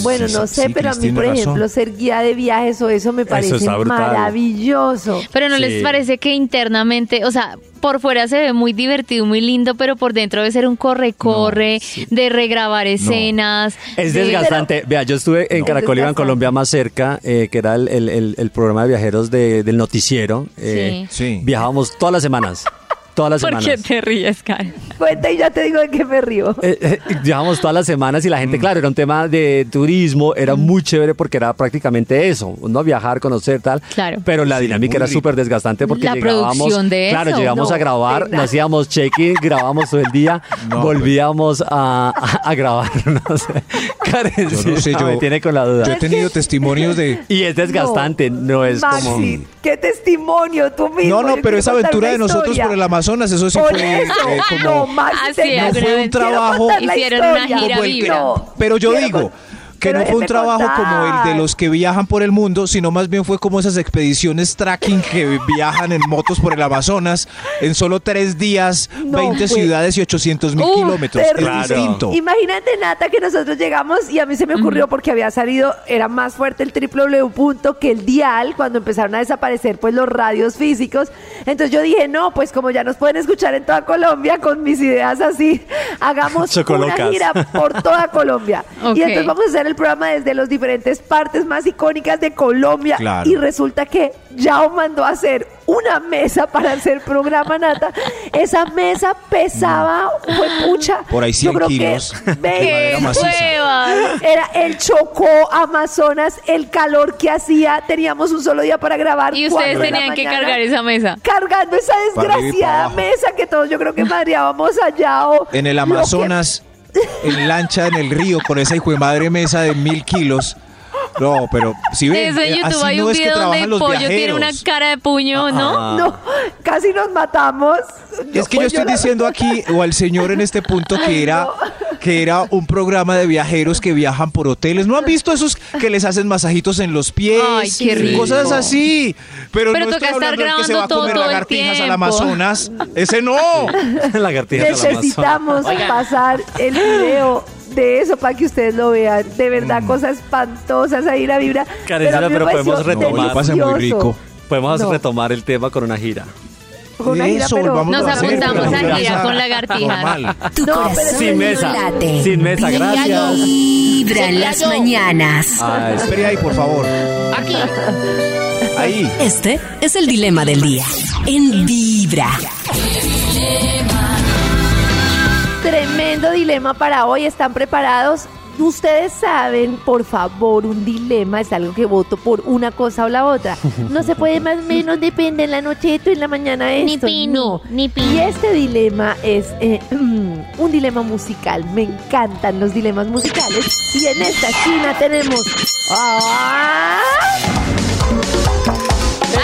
Bueno, Sí, no sí, sé, sí, pero a Cris mí, tiene por razón. ejemplo, ser guía de viajes o eso me parece está brutal. maravilloso. Pero no Sí. les parece que internamente, o sea, por fuera se ve muy divertido, muy lindo, pero por dentro debe ser un corre-corre, de regrabar escenas. Es de- desgastante. Vea, yo estuve en No. Caracol Iván Desgastante. Colombia más cerca, eh, que era el, el- el- el programa de viajeros de- del noticiero. eh, Sí. Viajábamos todas las semanas. Todas las ¿Por qué semanas. te ríes, Karen? Cuenta y ya te digo de qué me río. Eh, eh, viajábamos todas las semanas y la gente, claro, era un tema de turismo, era muy chévere porque era prácticamente eso, ¿no? Viajar, conocer, tal. Claro. Pero la Sí, muy dinámica era rico. súper desgastante porque La llegábamos. producción de claro, eso. llegamos No, a grabar, tenaz. no hacíamos check-in, grabábamos todo el día, No, volvíamos a, a- a grabar. No sé. Karen, Yo no sí, sé, yo- me tiene con la duda. Yo he tenido testimonios de... Y es desgastante, no, es Maxi, como. qué testimonio tú mismo. No, no, yo pero quiero esa contar aventura una de nosotros historia. por el Amazonas, eso sí Por fue eso, eh, no, como... Maxi, Así te- es. No fue un Quiero trabajo... contar la Hicieron una historia. gira como el que- vibra. Pero yo Quiero digo con- que pero no fue un déjeme trabajo como el de contar. los que viajan por el mundo, sino más bien fue como esas expediciones tracking que viajan en motos por el Amazonas en solo tres días, No, 20 pues. ciudades y 800 mil Uh, kilómetros. Es terrible. distinto. Imagínate, Nata, que nosotros llegamos y a mí se me ocurrió porque había salido, era más fuerte el triple W punto que el dial cuando empezaron a desaparecer pues los radios físicos. Entonces yo dije, no, pues como ya nos pueden escuchar en toda Colombia con mis ideas así, hagamos una Chocolocas. gira por toda Colombia. Ok. Y entonces vamos a hacer escuchar el programa desde las diferentes partes más icónicas de Colombia. Claro. Y resulta que Yao mandó a hacer una mesa para hacer programa Nata. Esa mesa pesaba, fue pucha. Por ahí 100 yo creo que kilos. veinte- Qué maciza. Era el Chocó, Amazonas, el calor que hacía. Teníamos un solo día para grabar. Y ustedes cuatro de la tenían que mañana, cargar esa mesa. Cargando esa Para arriba y para desgraciada abajo. mesa que todos yo creo que madreábamos a Yao. En el Lo que- Amazonas, en lancha, en el río, con esa hijo de madre mesa de mil kilos. No, pero si De ven, eso en eh, YouTube así hay no un es que video donde trabajan el los pollo tiene una viajeros. cara de puño, ¿no? No, casi nos matamos. Es que yo pues, estoy la- diciendo aquí, o al señor en este punto, que era, que era un programa de viajeros que viajan por hoteles. ¿No han visto esos que les hacen masajitos en los pies? Ay, qué rico. Cosas así. Pero, Pero no estoy toca estar hablando del que se grabando va a todo, comer todo el lagartijas al tiempo. Amazonas. Ese no. Lagartijas al Amazonas. Necesitamos Oigan. pasar el video de eso para que ustedes lo vean. De verdad, cosas espantosas ahí la vibra. Karencita, a mí me pero pareció podemos retomar. No, yo pasé muy delicioso. rico. Podemos No. retomar el tema con una gira. Una gira, Eso, pero- volvamos Nos a hacer, apuntamos pero a gira con lagartijas. normal. Tu No, pero corazón sin no mesa. late. Sin mesa, gracias. Vibra en Se las cayó. mañanas. Ah, es- Espere ahí, por favor. Aquí. Ahí. Este es el dilema del día. En Vibra. Tremendo dilema para hoy. ¿Están preparados? Ustedes saben, por favor, un dilema es algo que voto por una cosa o la otra. No se puede más menos, depende en la noche esto, en la mañana esto. no. ni Y este dilema es eh, un dilema musical. Me encantan los dilemas musicales. Y en esta esquina tenemos. ¡Ah!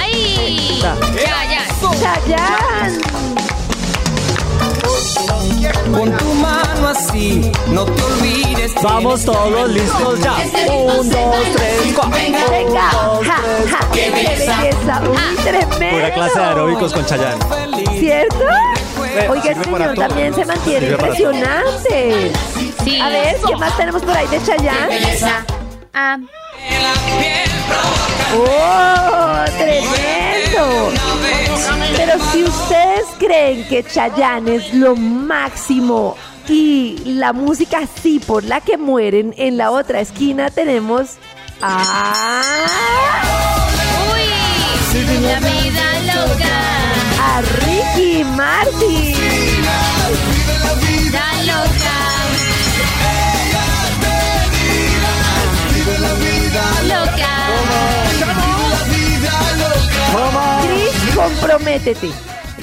¡Ay! Ya, ya. ¡Chayanne! Pon tu mano así, no te olvides. Vamos todos listos ya. Un, dos, tres, cuatro. ¡Venga! ¡Ja, ja! ¡Qué belleza! belleza! ¡Uy, tremendo! Pura clase de aeróbicos con Chayán. ¿Cierto? Oiga, sirve el para señor todo. también se mantiene Sirve para todo. impresionante. Sí. A ver, ¿qué más tenemos por ahí de Chayanne? Ah, ¡Oh, tremendo! Pero si ustedes creen que Chayanne es lo máximo y la música sí por la que mueren, en la otra esquina tenemos a, ¡Uy! La vida loca. a Ricky Martin. La loca. Loca. Chris, comprométete.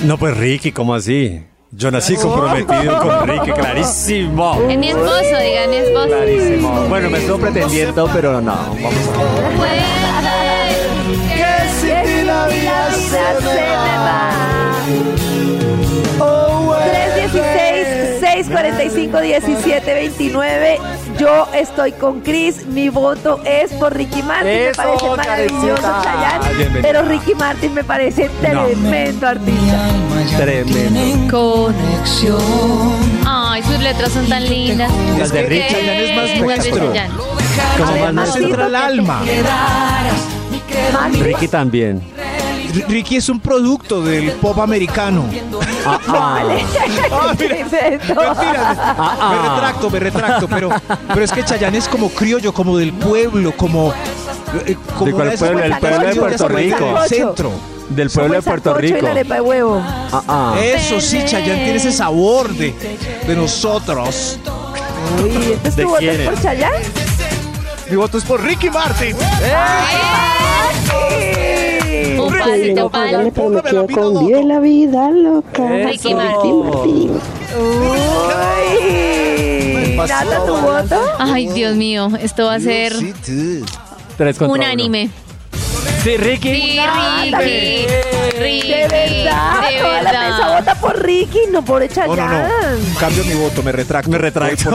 No, pues Ricky, ¿cómo así? Yo nací comprometido con Ricky, clarísimo. Es mi esposo, diga, mi esposo. Clarísimo. Bueno, me estoy pretendiendo, pero no. Vamos a Pues. Puede. Que si la vida se me va. Oh, 316-645-1729. Yo estoy con Chris. Mi voto es por Ricky Martin. me Eso, parece maravilloso, Karencita. Ah, Chayanne, Bienvenida. Pero Ricky Martin me parece No. tremendo artista. Tremendo. Conexión. Ay, sus letras son tan lindas. Las de Ricky. Chayanne es más Igual que maestro. Chayanne. Como ver, más Maxito, nuestro. Entra el alma. Maxi, Ricky también. R- Ricky es un producto del pop americano. Ah, ah. Ah, mira. tremendo. Mentiras. Ah, ah. Me retracto, me retracto, pero, pero es que Chayanne es como criollo, como del pueblo, como... eh, ¿De cuál una esas pueblo? El personas pueblo de que Puerto se encuentran Rico. en el centro. Del Como pueblo de el Puerto sancocho y Rico. la arepa de huevo. Ah, ah. Eso sí, Chayanne tiene ese sabor de, de nosotros. Uy, entonces ¿De tú votas quién es? por Chayanne. Mi voto es por Ricky Martin. Un pasito pa'l- pero me Póngamela, quedo con Pinodo. Vive la vida loca. Ricky Martin. Uy. Nata, tu voto. Ay, Dios mío, esto va a ser Tres contra uno. unánime. Sí, Ricky. Sí, Ricky. Ricky. De verdad, de toda la verdad. mesa vota por Ricky, no por No, no, Chayanne. no. Cambio mi voto, me retracto. Me retracto.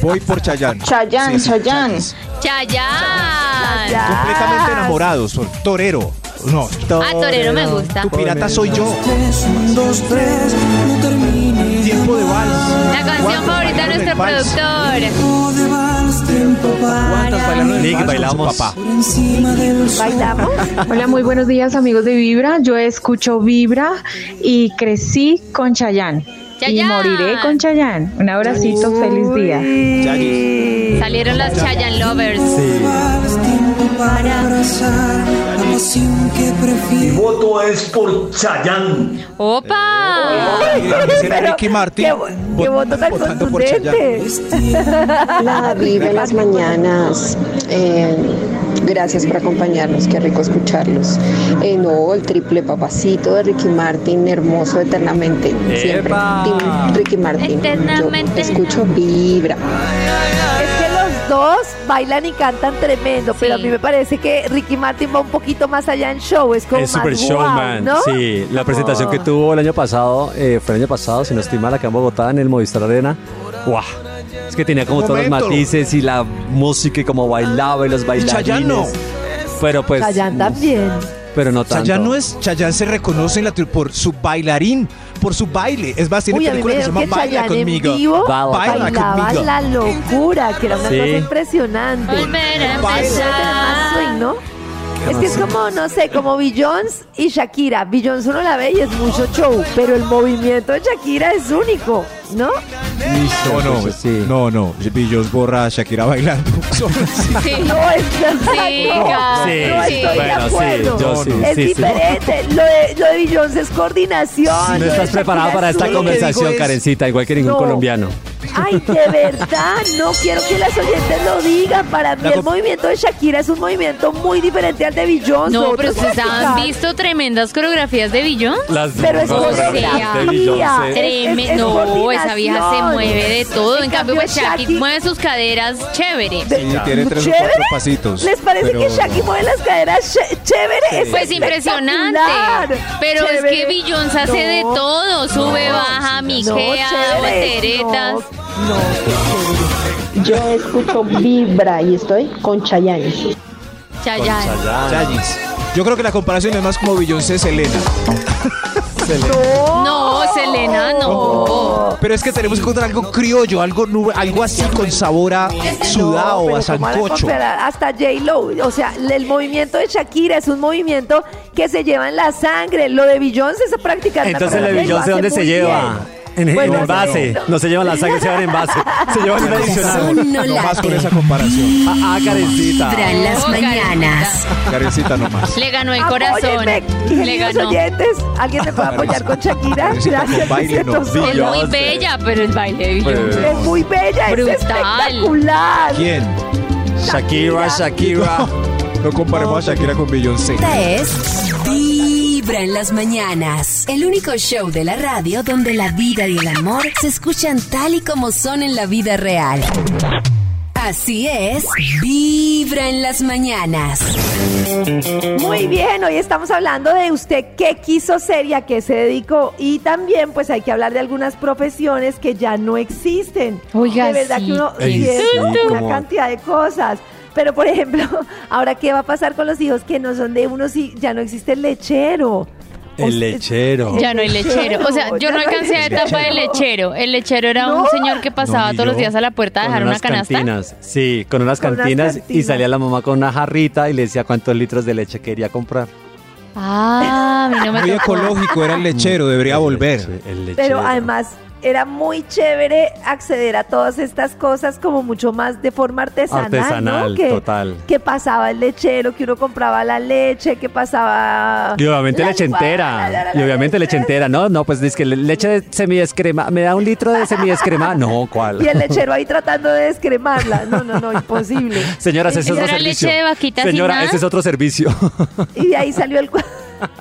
Voy por Chayanne. Voy por Chayanne. Chayanne, Sí, sí, Chayanne. Chayanne. Ya. Completamente enamorados. soy Torero. No, Ah, Torero me gusta. tu pirata soy yo. Un, dos, tres, no termines. Tiempo de vals. La canción favorita de nuestro productor. Tiempo de vals, tiempo para Vals Nick, con su bailamos. papá. por encima del sol. ¿Bailamos? Hola, muy buenos días amigos de Vibra. Yo escucho Vibra y crecí con Chayán. Y Chayanne. moriré con Chayán. Un abracito, feliz día. Uy. Yayis. Salieron las Chayan Lovers. Mi voto es por Chayán. ¡Opa! Será Ricky Martin. Qué voto tan votando por contundente. La vive las mañanas. Eh, gracias por acompañarnos, qué rico escucharlos. Eh, no, el triple papacito de Ricky Martin, hermoso eternamente. Siempre. ¡Epa! Team Ricky Martin. Eternamente. Yo escucho vibra. Es que los dos bailan y cantan tremendo, pero a mí me parece que Ricky Martin va un poquito más allá en show, es como Es más super guau, showman. ¿no? Sí, la presentación Oh. que tuvo el año pasado, eh, fue el año pasado, si no estoy mal, acá en Bogotá, en el Movistar Arena. ¡Guau! Es que tenía como todos los Momento. matices y la música y cómo bailaba y los Chayanne no. bailarines. Pero pues, Chayanne también. pero no tanto. Chayanne no es, Chayanne se reconoce en la tri- por su bailarín, por su baile. Es más, tiene Uy, a mí me película que se llama dijeron que Baila Chayanne en conmigo. vivo Baila bailaba conmigo. la locura, que era una Sí. cosa impresionante. Volver a Baila. empezar. Swing, ¿no? Es que es como, no sé, como Beyoncé y Shakira. Beyoncé uno la ve y es mucho show, pero el movimiento de Shakira es único, ¿no? No, no, no, no. Billos borra a Shakira bailando. Sí. No, es verdad, Sí, no. ya. Sí, Ah, No sí, estoy de bueno, sí, acuerdo. yo sí, es sí, sí. diferente. Lo, de, lo de Beyoncé es coordinación. No lo de estás preparada Shakira para es esta swing. conversación, Karencita, igual que ningún No. colombiano. Ay, de verdad, no quiero que las oyentes lo digan. Para mí La el com- movimiento de Shakira es un movimiento muy diferente al de Beyoncé. No, Otro pero es ustedes han vertical. visto tremendas coreografías de Billón. Las Pero es dos coreografía. de Beyoncé. Treme- es- es no, coordinación. esa vieja se mueve de todo. En, En cambio, cambio, pues, Shakira Shaki- mueve sus caderas chévere. Sí, tiene tres o ¿Chévere? cuatro pasitos. ¿Les parece pero que Shakira mueve las caderas ch- chévere? Es Pues impresionante. espectacular. Pero es que Chévere. Beyoncé hace de No. todo. Sube, No, baja, miquea, No, chévere, volteretas. Yo escucho vibra y estoy con Chayanne. Chayanne. Chayis. Yo creo que la comparación es más como Beyoncé Selena. No, Selena, Oh. no. Pero es que tenemos que encontrar algo criollo, algo nu- algo así con sabor a sudado, pero a ¿cómo van a sancocho. comparar? Hasta J-Lo. O sea, el movimiento de Shakira es un movimiento que se lleva en la sangre. Lo de Beyoncé es practicar. Entonces, ¿la Beyoncé dónde se lleva? En, en Bueno, envase. no. No. se llevan la sangre, se llevan envase. Se llevan en adicional. No más con esa comparación. Ah, ah, Karencita. Vibra en las mañanas. Karencita nomás. Le ganó el corazón. Le Queridos ganó. oyentes, ¿alguien me puede apoyar con Shakira? Karencita con Gracias. baile me siento no, sola. Es muy Beyoncé. bella, pero el baile de Beyoncé. Es muy bella, es Brutal. espectacular. ¿Quién? Shakira, Shakira. No comparemos a Shakira con Beyoncé. Esta es Vibra en las mañanas. El único show de la radio donde la vida y el amor se escuchan tal y como son en la vida real. Así es, Vibra en las mañanas. Muy bien, hoy estamos hablando de usted qué quiso ser y a qué se dedicó. Y también pues hay que hablar de algunas profesiones que ya no existen. Oiga, de verdad sí, que uno qué piensa susto. una ¿Cómo? cantidad de cosas. Pero por ejemplo, ahora qué va a pasar con los hijos que no son de uno si ya no existe el lechero. O sea, El lechero. Ya no hay lechero. O sea, yo Ya no no hay alcancé la etapa del lechero. El lechero era un No. señor que pasaba No, ni todos los yo. días a la puerta a Con dejar una unas canasta. Cantinas. Sí, con unas Con unas cantinas, y cantinas. salía la mamá con una jarrita y le decía cuántos litros de leche quería comprar. Ah, a mí no me Muy tocó. ecológico era el lechero, debería El volver. leche- Pero el lechero. además era muy chévere acceder a todas estas cosas como mucho más de forma artesanal, Artesanal, ¿no? Que, total. que pasaba el lechero, que uno compraba la leche, que pasaba... Y obviamente la leche licuadora, la, la, la, entera. Y la obviamente leche. leche entera. No, no, pues dice que le- leche de semidescrema. ¿Me da un litro de semidescrema? No, ¿cuál? Y el lechero ahí tratando de descremarla. No, no, no, imposible. Señoras, ese es ¿Eso otro era leche servicio. de vaquita sin Señora, nada? ese es otro servicio. Y de ahí salió el cu-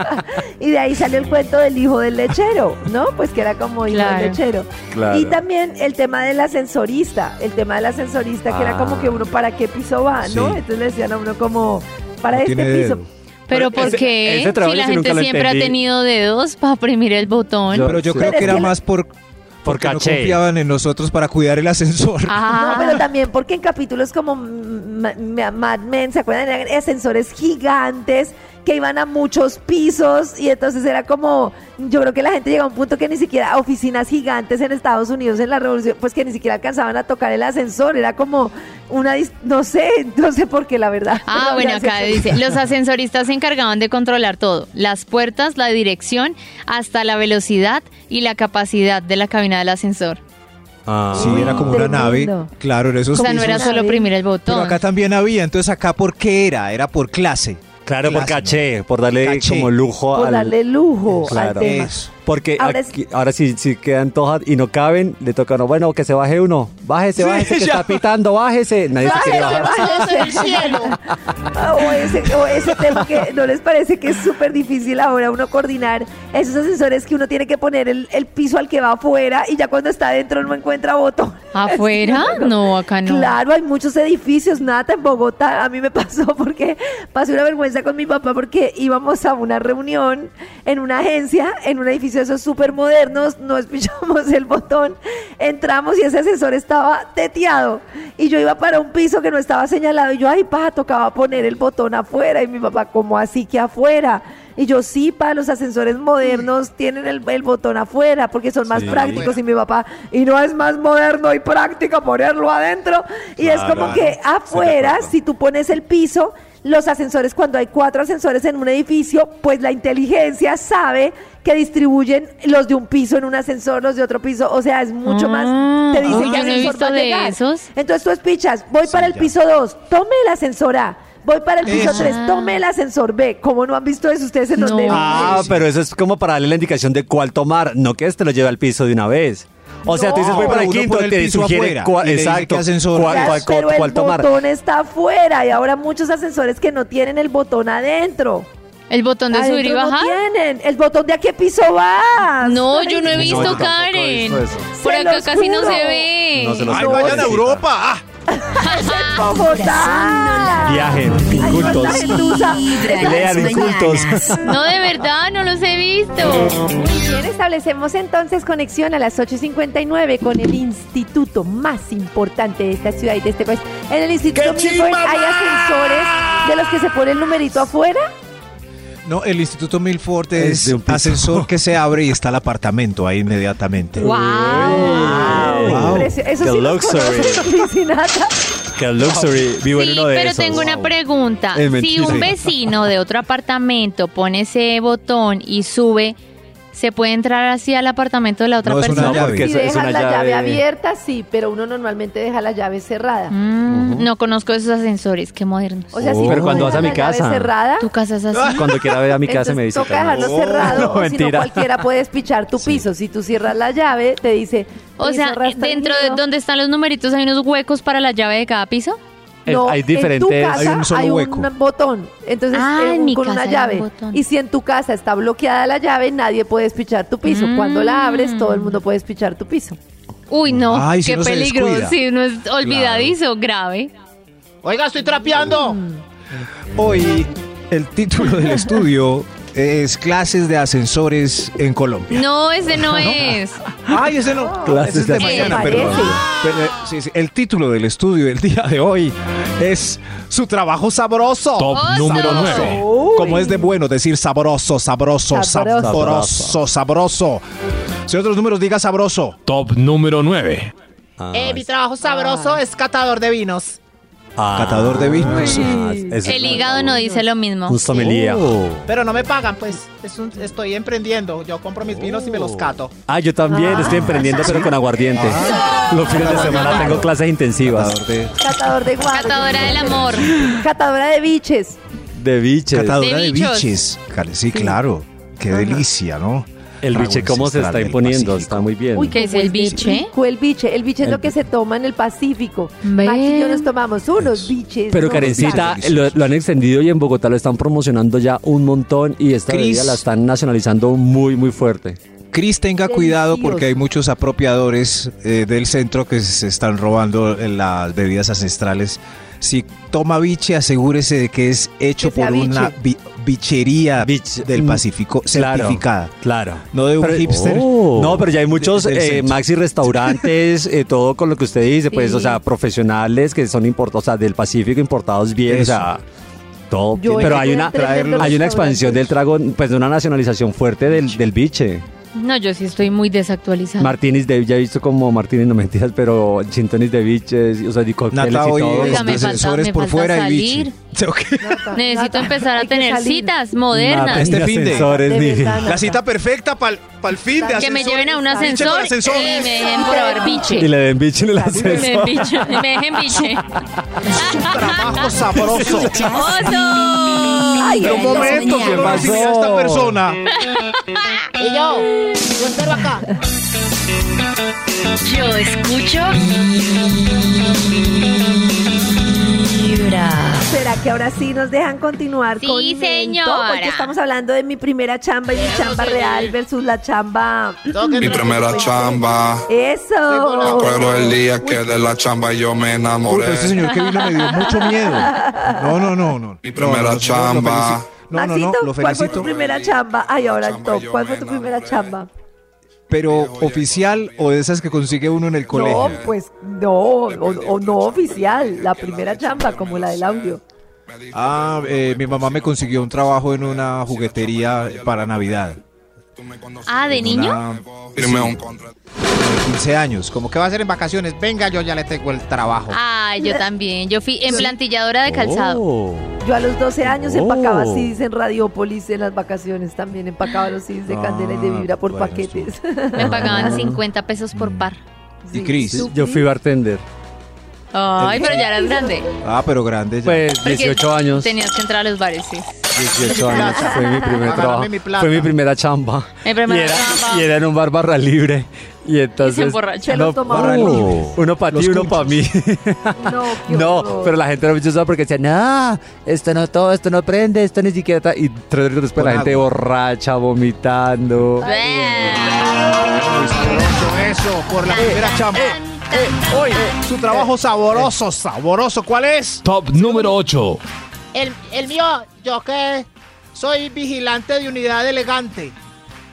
y de ahí salió el cuento del hijo del lechero, ¿no? Pues que era como hijo Claro. del lechero. Claro. Y también el tema del ascensorista, el tema del ascensorista que era como Ah. que uno para qué piso va, Sí. ¿no? Entonces le decían a uno como para No este tiene piso. dedo. Pero ¿por Ese- qué? ese si trabajo la sí nunca gente lo siempre ha entendí. tenido dedos para oprimir el botón. Yo- Pero yo Sí. creo que Pero es era que- más por porque no caché. confiaban en nosotros para cuidar el ascensor. Ah, No, pero también porque en capítulos como M- M- Mad Men, ¿se acuerdan? Eran ascensores gigantes que iban a muchos pisos y entonces era como, yo creo que la gente llegó a un punto que ni siquiera oficinas gigantes en Estados Unidos en la revolución, pues que ni siquiera alcanzaban a tocar el ascensor, era como una, dis- no sé, no sé por qué la verdad. Ah, Pero bueno, el acá ascensor- dice, los ascensoristas se encargaban de controlar todo, las puertas, la dirección, hasta la velocidad y la capacidad de la cabina del ascensor. Ah. Sí, era como una nave. Tremendo. Claro, era O esos sea, no era pisos. solo oprimir el Pero botón. acá también había, entonces acá por qué era, era por clase. Claro, por caché, por darle Caché. como lujo Por al... darle lujo Claro. al tema. Porque Ahora ahora, es- ahora si, si quedan todas y no caben, le toca no, bueno, que se baje uno. Bájese, Sí, bájese, que ya. está pitando, bájese. Nadie se quiere bajar. Ah, O ese, o ese tema que no les parece que es súper difícil ahora uno coordinar esos asesores que uno tiene que poner el, el piso al que va afuera y ya cuando está adentro no encuentra botón. ¿Afuera? No, acá no. Claro, hay muchos edificios, nada en Bogotá. A mí me pasó porque pasé una vergüenza con mi papá porque íbamos a una reunión en una agencia, en un edificio de esos súper modernos, no escuchamos el botón, entramos y ese asesor estaba teteado y yo iba para un piso que no estaba señalado y yo, ay, pa, tocaba poner el botón afuera y mi papá, ¿cómo así que afuera? Y yo, sí, pa, los ascensores modernos tienen el, el botón afuera porque son más Mm. Sí. prácticos. Y mi papá, y no es más moderno y práctico ponerlo adentro. Y es Claro. como que Estoy de afuera, acuerdo. si tú pones el piso, los ascensores, cuando hay cuatro ascensores en un edificio, pues la inteligencia sabe que distribuyen los de un piso en un ascensor, los de otro piso, o sea, es mucho más, te Ah. dice uy, que Ah, yo no he ascensor visto va a de llegar. esos. Entonces tú espichas, voy para el piso 2, tome el ascensor A, voy para el piso Eso. 3, tome el ascensor B, como no han visto eso ustedes en donde Ah, pero eso es como para darle la indicación de cuál tomar, no que este lo lleve al piso de una vez. O sea, tú dices, voy No. para el Uno pone quinto, el te piso sugiere afuera cuál, y le dice exacto, qué ascensor. cuál, Ya, cuál- cuál- pero cuál el tomar. botón está afuera y ahora muchos ascensores que no tienen el botón adentro. ¿El botón de subir y bajar? No tienen. ¿El botón de a qué piso vas? No, yo no he visto, yo tampoco he Karen. visto eso. Por Se acá los casi no juro. se ve. No se los- Ay, vayan a Europa. Ah. Bogotá. Viajen, Ay, incultos. cuánta gentuza. Lean incultos. No, de verdad, no los he visto. Muy bien, establecemos entonces conexión a las 8.59 con el instituto más importante de esta ciudad y de este país. En el Instituto Milford hay ascensores de los que se pone el numerito afuera. No, el Instituto Milford Es es, de un piso. ascensor que se abre y está el apartamento ahí inmediatamente. ¡Wow! Eso sí Oh, Qué los luxury. conoces en Cincinnati. Qué luxury. Vivo en Sí, uno de pero esos. tengo una pregunta. Es Si mentira. un vecino de otro apartamento pone ese botón y sube, ¿se puede entrar así al apartamento de la otra No, es una persona? llave. Porque Si eso es dejas una la llave... llave- abierta, sí, pero uno normalmente deja la llave cerrada. Mm, No conozco esos ascensores, qué modernos. O sea, si Oh. Pero tú cuando vas a dejas mi la llave casa. cerrada, ¿Tu casa es así? Cuando quiera ver a mi casa me Oh. dice. Entonces, Toca dejarlo cerrado, o si no cualquiera puede pichar tu piso. Si tú cierras la llave, te dice. O "Piso sea, dentro de restringido". donde están los numeritos hay unos huecos para la llave de cada piso. No, Eh, hay en tu diferentes. casa hay un botón, entonces Ah, eh, en un- mi con casa una hay un llave. botón. y si en tu casa está bloqueada la llave, nadie puede espichar tu piso. Cuando la abres, todo el Mm. mundo puede espichar tu piso. Uy, no, Ay, si qué uno se peligro. descuida. Si uno es olvidadizo, grave. Oiga, estoy trapeando. Mm. Hoy el título del estudio es Clases de Ascensores en Colombia. No, ese no es. Ay, ese no. Clases Ese es de de mañana, ascensores. perdón. Pero, eh, sí, sí, el título del estudio del día de hoy es Su trabajo sabroso. Top Oso. número nueve. Como es de bueno decir sabroso, sabroso, Sabroso. sabroso, sabroso. Si otros números diga sabroso. Top número 9. Ah, Eh, mi trabajo sabroso Ah. es catador de vinos. ah, Catador de vinos. El hígado no dice lo mismo. Un sommelier. Pero no me pagan, pues. Es un- estoy emprendiendo. Yo compro mis vinos y me Oh. los cato. Ah, yo también estoy emprendiendo, pero con aguardiente. Los fines de semana tengo clases intensivas. Catador de guardia. Catadora del amor. Catadora de biches. De biches. Catadora de, De bichos. biches. Cal- Sí, claro. Qué delicia, ¿no? El Trago biche cómo se ancestral está del imponiendo, está muy bien. ¿qué es cómo el de biche? rico El biche. El biche es El lo que se toma en el Pacífico. Max y yo nos tomamos unos biches. Pero unos Karencita, biches. lo, lo han extendido y en Bogotá lo están promocionando ya un montón y esta Cris. bebida la están nacionalizando muy, muy fuerte. Cris, tenga cuidado porque Delicioso. hay muchos apropiadores eh, del centro que se están robando eh, las bebidas ancestrales. Si toma biche, asegúrese de que es hecho Que sea por una bi- bichería del Pacífico Mm, claro, certificada. Claro. No de un Pero- hipster. Oh. No, pero ya hay muchos De- del eh, centro. maxi restaurantes, eh, todo con lo que usted dice, pues, Sí. o sea, profesionales que son importados, o sea, del Pacífico importados bien, o sea, todo. Yo pero he hay ido a una, tremendos hay una expansión restaurantes. del trago, pues de una nacionalización fuerte del, del biche. No, yo sí estoy muy Ah. desactualizada. Martínez de ya he visto como Martínez, no mentiras, pero Chintonis de Biches, o sea, di cócteles Nata y hoy todo. es Oiga, me falta- defensores me por falta fuera y salir. biche. Ok. Necesito empezar a hay que tener salir. citas modernas. Nata, Este ni fin de- ascensores, De ni- verdad, La cita perfecta para el fin de que me ascensor. lleven a un Biche con ascensor, ascensor. y me dejen probar biche. Y le den biche en el Me dejen ascensor. biche. Me dejen biche. Trabajo sabroso. ¡Oso! Ay, Pero un en las momento, mañanas. que no pasó? recibí a esta persona. Y yo, yo espero acá. Yo escucho. Vibra. ¿Será que ahora sí nos dejan continuar Sí, con Mento? señora. Porque estamos hablando de mi primera chamba y mi chamba real versus la chamba. Mi primera chamba. Me Eso. acuerdo el día que de la chamba yo me Uy, enamoré. pero este señor que vino me dio mucho miedo. No, no, no, no. Mi primera No, no, señor, lo chamba. felici- No, no, no, Maxito, lo ¿cuál fue tu felicito. primera chamba? Ay, ahora el top. ¿Cuál fue tu primera chamba? Pero oficial o de esas que consigue uno en el No, colegio. pues no, o, o no oficial, la primera chamba como la del audio. pues. Ah, eh, mi mamá me consiguió un trabajo en una juguetería para Navidad. Ah, ¿de niño? Una- Firmé un sí, de 15 años. Como que va a ser en vacaciones. Venga, yo ya le tengo el trabajo. Ay, Ah, yo también. Yo fui emplantilladora de calzado. Oh. Yo a los 12 años Oh. empacaba CDs en Radiopolis en las vacaciones también, empacaba los CDs de Candela y de Ah, Vibra por bueno, paquetes. Me pagaban 50 pesos por par. Y Cris. Sí, Yo fui bartender. Ay, pero ya eras grande. Ah, pero grande ya. Pues Porque 18 años. Tenías que entrar a los bares, sí. 18 años. Fue mi primer Agárrame trabajo. mi plata. Fue mi primera chamba. Mi primera y era, chamba. Y era en un bar barra libre. Y entonces. emborrachó. Se los no, tomaba barra uno. libre. Uno para ti, uno para mí. No, qué No, horror. pero la gente era mucho porque decía, no, esto no todo, esto no prende, esto ni siquiera. ta-". Y tres minutos después Con la gente agua. borracha, vomitando. Ah. Sabroso eso, por la primera chamba. hoy, su trabajo saboroso, saboroso. ¿Cuál es? Top número 8. El, el mío, yo que soy vigilante de unidad elegante.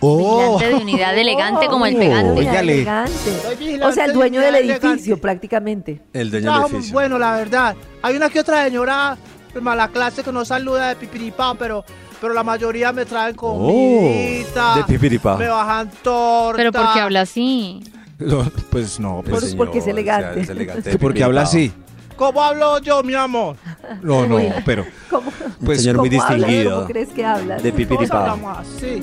Oh, Vigilante de unidad elegante como Oh. el pegante. Óigale. elegante. O sea, el dueño del edificio prácticamente. El dueño del Trabajo muy edificio. bueno, la verdad. Hay una que otra señora de mala clase que no saluda de pipiripá, pero, pero la mayoría me traen comidita. Oh, de pipiripá. Me bajan torta. Pero ¿por qué habla así? no, pues no, Por- pues sí. porque es elegante. Sí, porque habla así. ¿Cómo hablo yo, mi amor? No, no, pero ¿Cómo, pues Señor muy cómo hablas? distinguido. ¿Cómo crees que hablas? De Todos pipiripao. hablamos así.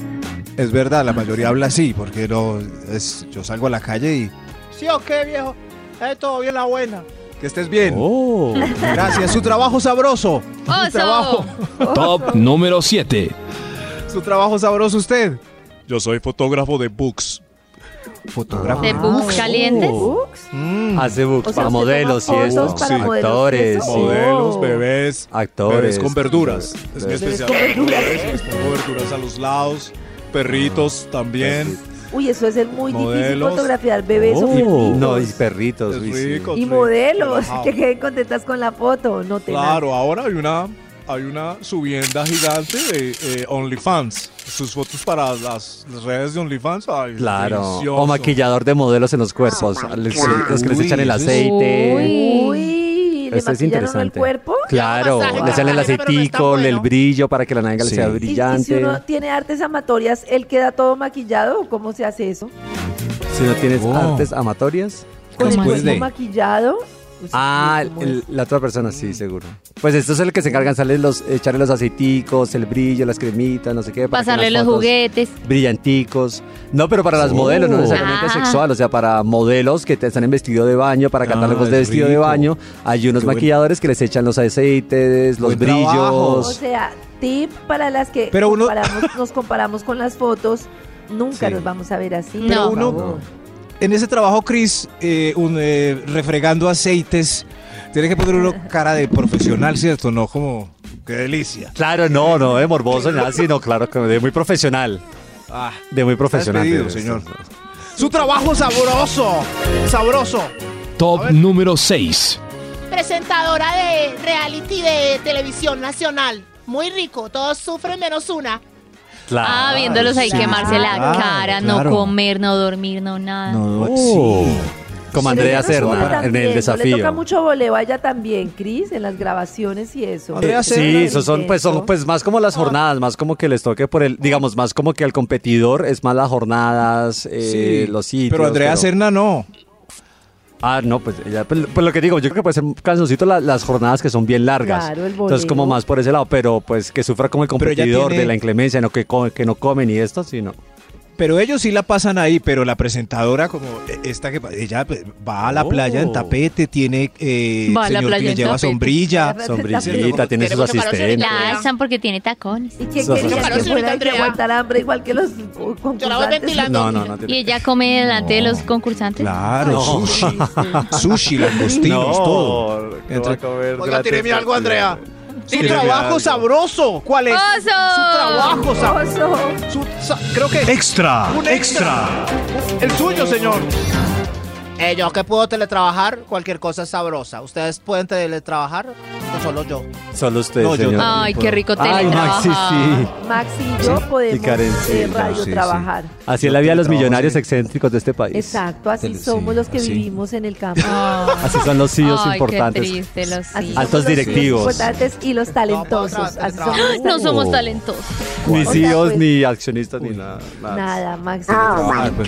es verdad, la mayoría habla así, porque no es, yo salgo a la calle y ¿Sí o qué, viejo? Es todo bien la buena. que estés bien. Oh. Gracias, su trabajo sabroso. Su ¡Oso! trabajo, Top número 7. su trabajo sabroso usted. Yo soy fotógrafo de books. Fotógrafo. ¿De books calientes? ¿Books? Mm, Ah, Hace Uh. O books sea, para usted modelos y toma eso. fotos para modelos, Oh. Actores. eso. sí. Modelos, bebés. Actores. Bebés con verduras. Es mi Bebés especialidad. Bebés, les pongo verduras a los lados. Ah, Perritos también. Uy, eso es ser muy difícil Modelos. fotografiar bebés o Oh. perritos. No, y perritos. Es uy, sí. rico. y Sí, modelos relajado. que queden contentas con la foto, no te Claro, ahora hay una, hay una subienda gigante de eh, OnlyFans. Sus fotos para las, las redes de OnlyFans. Ay, Claro. delicioso. O maquillador de modelos en los cuerpos. Ah. les- los que les Uy, echan el eso es- aceite. Uy, le Eso es maquillaron el interesante. cuerpo. Claro, Masaje, le sale masaje, pero el no está aceitico, el bueno. brillo para que la nalga le Sí. sea Y- y si Y- Y, si brillante. uno tiene artes amatorias, ¿él queda todo maquillado o cómo se hace eso? Si no tienes Oh. artes amatorias. ¿Con el Pues ¿Cómo cuerpo es? Pues maquillado? Uy, Ah, ¿cómo el- es? la otra persona, sí, seguro. Pues esto es el que se encargan, sale los, echarle los aceiticos, el brillo, las cremitas, no sé qué. para que Pasarle las los fotos- juguetes. Brillanticos. No, pero para las Oh. modelos, no necesariamente Ah. sexual, o sea, para modelos que te están en vestido de baño, para Ah, catálogos de es vestido de rico. baño, hay unos Qué buen- maquilladores que les echan los aceites, los Buen brillos. trabajo. O sea, tip para las que Pero uno- comparamos- nos comparamos con las fotos, nunca Sí. nos vamos a ver así. Pero por uno- favor. En ese trabajo, Chris, eh, un, eh, refregando aceites, tiene que poner uno cara de profesional, ¿cierto? No como, qué delicia. Claro, no, no, de morboso ni nada, sino claro, que de muy profesional. Ah, De muy profesional. despedido, de- señor. Su trabajo sabroso. Sabroso. Top número 6. Presentadora de reality de televisión nacional. Muy rico, todos sufren menos una. Claro. Ah, Ah, viéndolos ahí sí, quemarse la claro, cara, no claro. comer, no dormir, no nada. No, Oh. sí. Como Andrea Serna en el Le toca desafío. mucho voleo a ella también, Cris, en las grabaciones y eso. Eh, sí, eso son pues son pues más como Ah. las jornadas, más como que les toque por el, digamos, más como que al competidor es más las jornadas, eh, Sí, los sitios. pero Andrea Serna no. Ah, no, pues, ella- pues, pues lo que digo, yo creo que puede ser cansoncito la- las jornadas que son bien largas. Claro, el Entonces, como boleo. más por ese lado, pero pues que sufra como el Pero ella competidor tiene- de la inclemencia, no que, co- que no comen y esto, sino. Pero ellos sí la pasan ahí, pero la presentadora como eh, esta que ella pues, va a la Oh. playa en tapete, tiene eh, Va a la señor que playa le en lleva tapete. sombrilla, Sombrillita, tiene sus asistentes. La alzan porque tiene tacones. ¿Y quién Eso quería que fuera hay que aguantar hambre igual que los concursantes. No, no, no. Y ella come delante de los concursantes. Claro, No. sushi, sushi, langostinos, No, todo. Entre- Oiga, tíreme algo, Andrea. Su Tíreme trabajo algo. sabroso. ¿Cuál es? ¡Oso! Su trabajo sabroso. creo que. Extra, Un extra. El suyo, señor. Eh, yo que puedo teletrabajar, cualquier cosa es sabrosa. ¿Ustedes pueden teletrabajar o solo yo? Solo ustedes. No, yo- señor. Ay, qué rico Ay, Maxi, sí. teletrabajar. Maxi y yo Y podemos Karencita, eh, radio sí, sí. trabajar. Así es la vida de los millonarios excéntricos de este país. Exacto, así Tele- sí, somos los que así. vivimos en el campo. Ah, Así son los CEOs Ay, qué importantes. triste, los CEOs. Así Altos somos los directivos. importantes y los talentosos. Así somos. No somos Oh. talentosos. Ni O sea, CEOs, pues- ni accionistas, ni nada. Nada, Maxi. Ah, pues.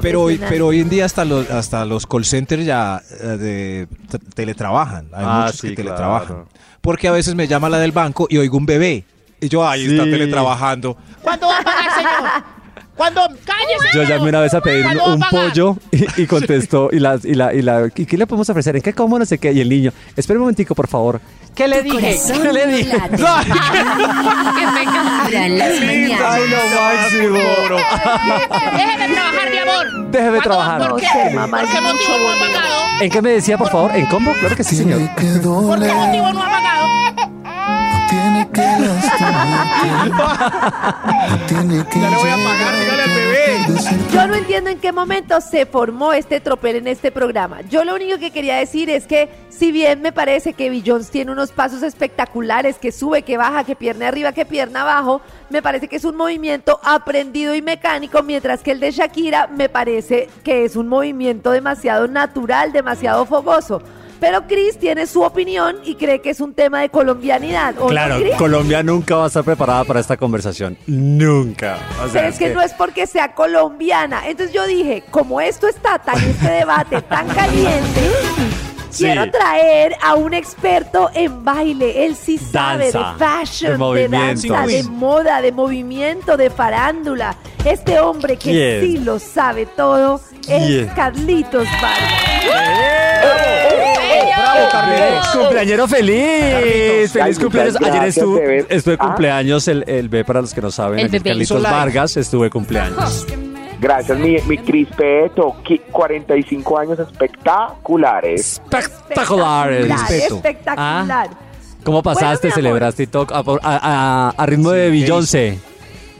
Pero hoy, Impresionante. pero hoy en día hasta los, hasta los call centers ya eh, de, t- teletrabajan. Hay Ah, muchos sí, que teletrabajan. claro. Porque a veces me llama la del banco y oigo un bebé. Y yo, ahí está Sí. teletrabajando. ¿Cuándo va a pagar, señor? ¿Cuándo? ¡Cállese! Yo llamé una vez a pedir un, ¿Cuándo va a un pagar? pollo y, y contestó y la, y la, y la ¿y qué le podemos ofrecer? ¿En qué como no sé qué? Y el niño, espera un momentico, por favor. ¿Qué le Tu dije? corazón ¿Qué le no dije? late. Que me Vibra en las mañanas. Déjeme trabajar, mi amor. Déjeme trabajar. ¿Por qué? No sé, mamá, ¿Por qué motivo no ha pagado? ¿En qué me decía, por favor? ¿En combo? Claro que sí, señor. ¿Por qué motivo no ha pagado? Tiene que Ya le voy a pagar, dígale al bebé. Yo no entiendo en qué momento se formó este tropel en este programa. Yo lo único que quería decir es que, si bien me parece que Bill Jones tiene unos pasos espectaculares, que sube, que baja, que pierna arriba, que pierna abajo, me parece que es un movimiento aprendido y mecánico, mientras que el de Shakira me parece que es un movimiento demasiado natural, demasiado fogoso. Pero Chris tiene su opinión y cree que es un tema de colombianidad. ¿o no, Claro, Chris? Colombia nunca va a estar preparada para esta conversación. Nunca. O sea, Pero es que no es porque sea colombiana. Entonces yo dije, como esto está tan este debate tan caliente, Sí. quiero traer a un experto en baile. Él sí sabe Danza, de de fashion, de, movimientos. danza, de Sí. moda, de movimiento, de farándula. Este hombre que ¿Quién? sí lo sabe todo es ¿Quién? Carlitos ¡Bravo, ¡Feliz ¡Cumpleañero feliz! ¡Feliz Ay, cumpleaños! muchas Ayer gracias, estuve, bebé. estuve Ah. cumpleaños el, el B, para los que no saben, El aquí bebé. Carlitos Hizo live. Vargas estuve cumpleaños. Gracias, mi, mi crispeto. qui- 45 años espectaculares. Espectaculares. Espectacular. ¿Cómo pasaste? Bueno, mi amor. ¿Celebraste y todo? A, por- a- a- a ritmo de Beyoncé.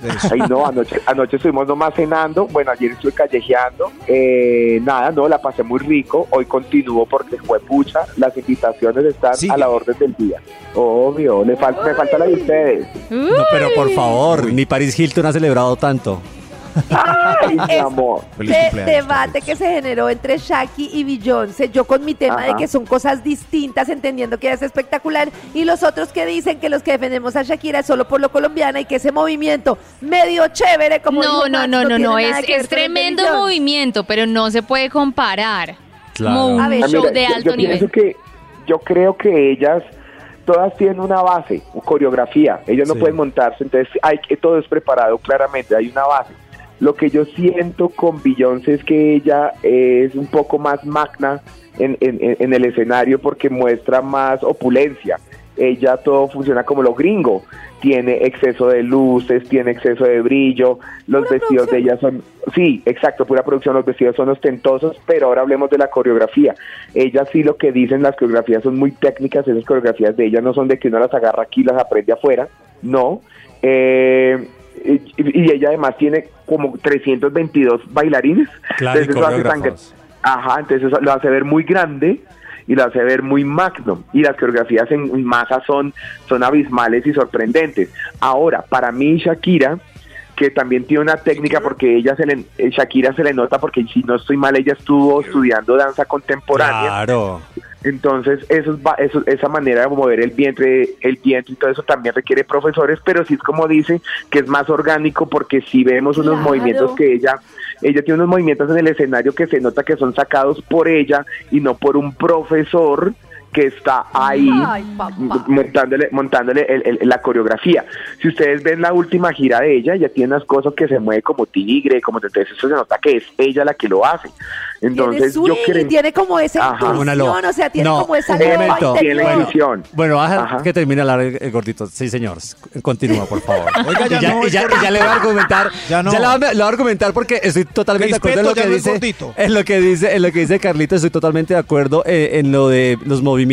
Ay, no, anoche, anoche estuvimos nomás cenando. Bueno, ayer estuve callejeando. Eh, nada, no, la pasé muy rico. Hoy continúo porque fue pucha. Las invitaciones están a la orden del día. Obvio, le fal- me falta la de ustedes. No, pero por favor, ni Paris Hilton ha celebrado tanto. Ay, mi amor. de Este debate que se generó entre Shaki y Beyoncé. Yo con mi tema de Ajá. que son cosas distintas, entendiendo que ella es espectacular, y los otros que dicen que los que defendemos a Shakira es solo por lo colombiana y que ese movimiento medio chévere como No, dijo no, Max, no, no, tiene no. nada Es, que ver es con el de tremendo Beyoncé. movimiento, pero no se puede comparar. Claro. Como Ah, un mira, show de yo- yo alto pienso nivel. que- yo creo que ellas todas tienen una base, coreografía. Ellas no pueden montarse, entonces hay que todo es preparado claramente, hay una base. Lo que yo siento con Beyoncé es que ella es un poco más magna en, en- en- en el escenario porque muestra más opulencia. Ella todo funciona como lo gringo. Tiene exceso de luces, tiene exceso de brillo. Los vestidos de ella son, sí, exacto, pura producción. Los vestidos son ostentosos, pero ahora hablemos de la coreografía. Ella sí lo que dicen las coreografías son muy técnicas. Esas coreografías de ella no son de que uno las agarra aquí y las aprende afuera. No. Eh, y, y ella además tiene como 322 bailarines. Claro, y Entonces eso hace tan gr- coreógrafos. Ajá, entonces eso lo hace ver muy grande y lo hace ver muy magno. Y las coreografías en masa son, son abismales y sorprendentes. Ahora, para mí Shakira que también tiene una técnica porque ella se le, eh, Shakira se le nota porque si no estoy mal ella estuvo estudiando danza contemporánea. Claro. Entonces, esos va- eso- esa manera de mover el vientre, el vientre y todo eso también requiere profesores, pero sí es como dice, que es más orgánico porque si vemos unos Claro. movimientos que ella, ella tiene unos movimientos en el escenario que se nota que son sacados por ella y no por un profesor que está ahí montándole, montándole el- el- la coreografía. Si ustedes ven la última gira de ella, ella tiene unas cosas que se mueve como tigre, como entonces eso se nota que es ella la que lo hace. Tiene Entonces, yo swing, creo tiene como esa Ajá. intuición, Una loba. o sea, tiene No, como esa un momento. loba Tiene interior. intuición. Bueno, baja que termine de hablar el, el gordito. Sí, señor. Continúa, por favor. Oiga, ya Y no, y es ya- gordito. y ya le voy a argumentar. Ya no. Ya le va- le voy a argumentar porque estoy totalmente de acuerdo en lo Crispeto que ya no es dice. gordito. En lo que dice, en lo que dice Carlito, estoy totalmente de acuerdo eh, en lo de los movimientos.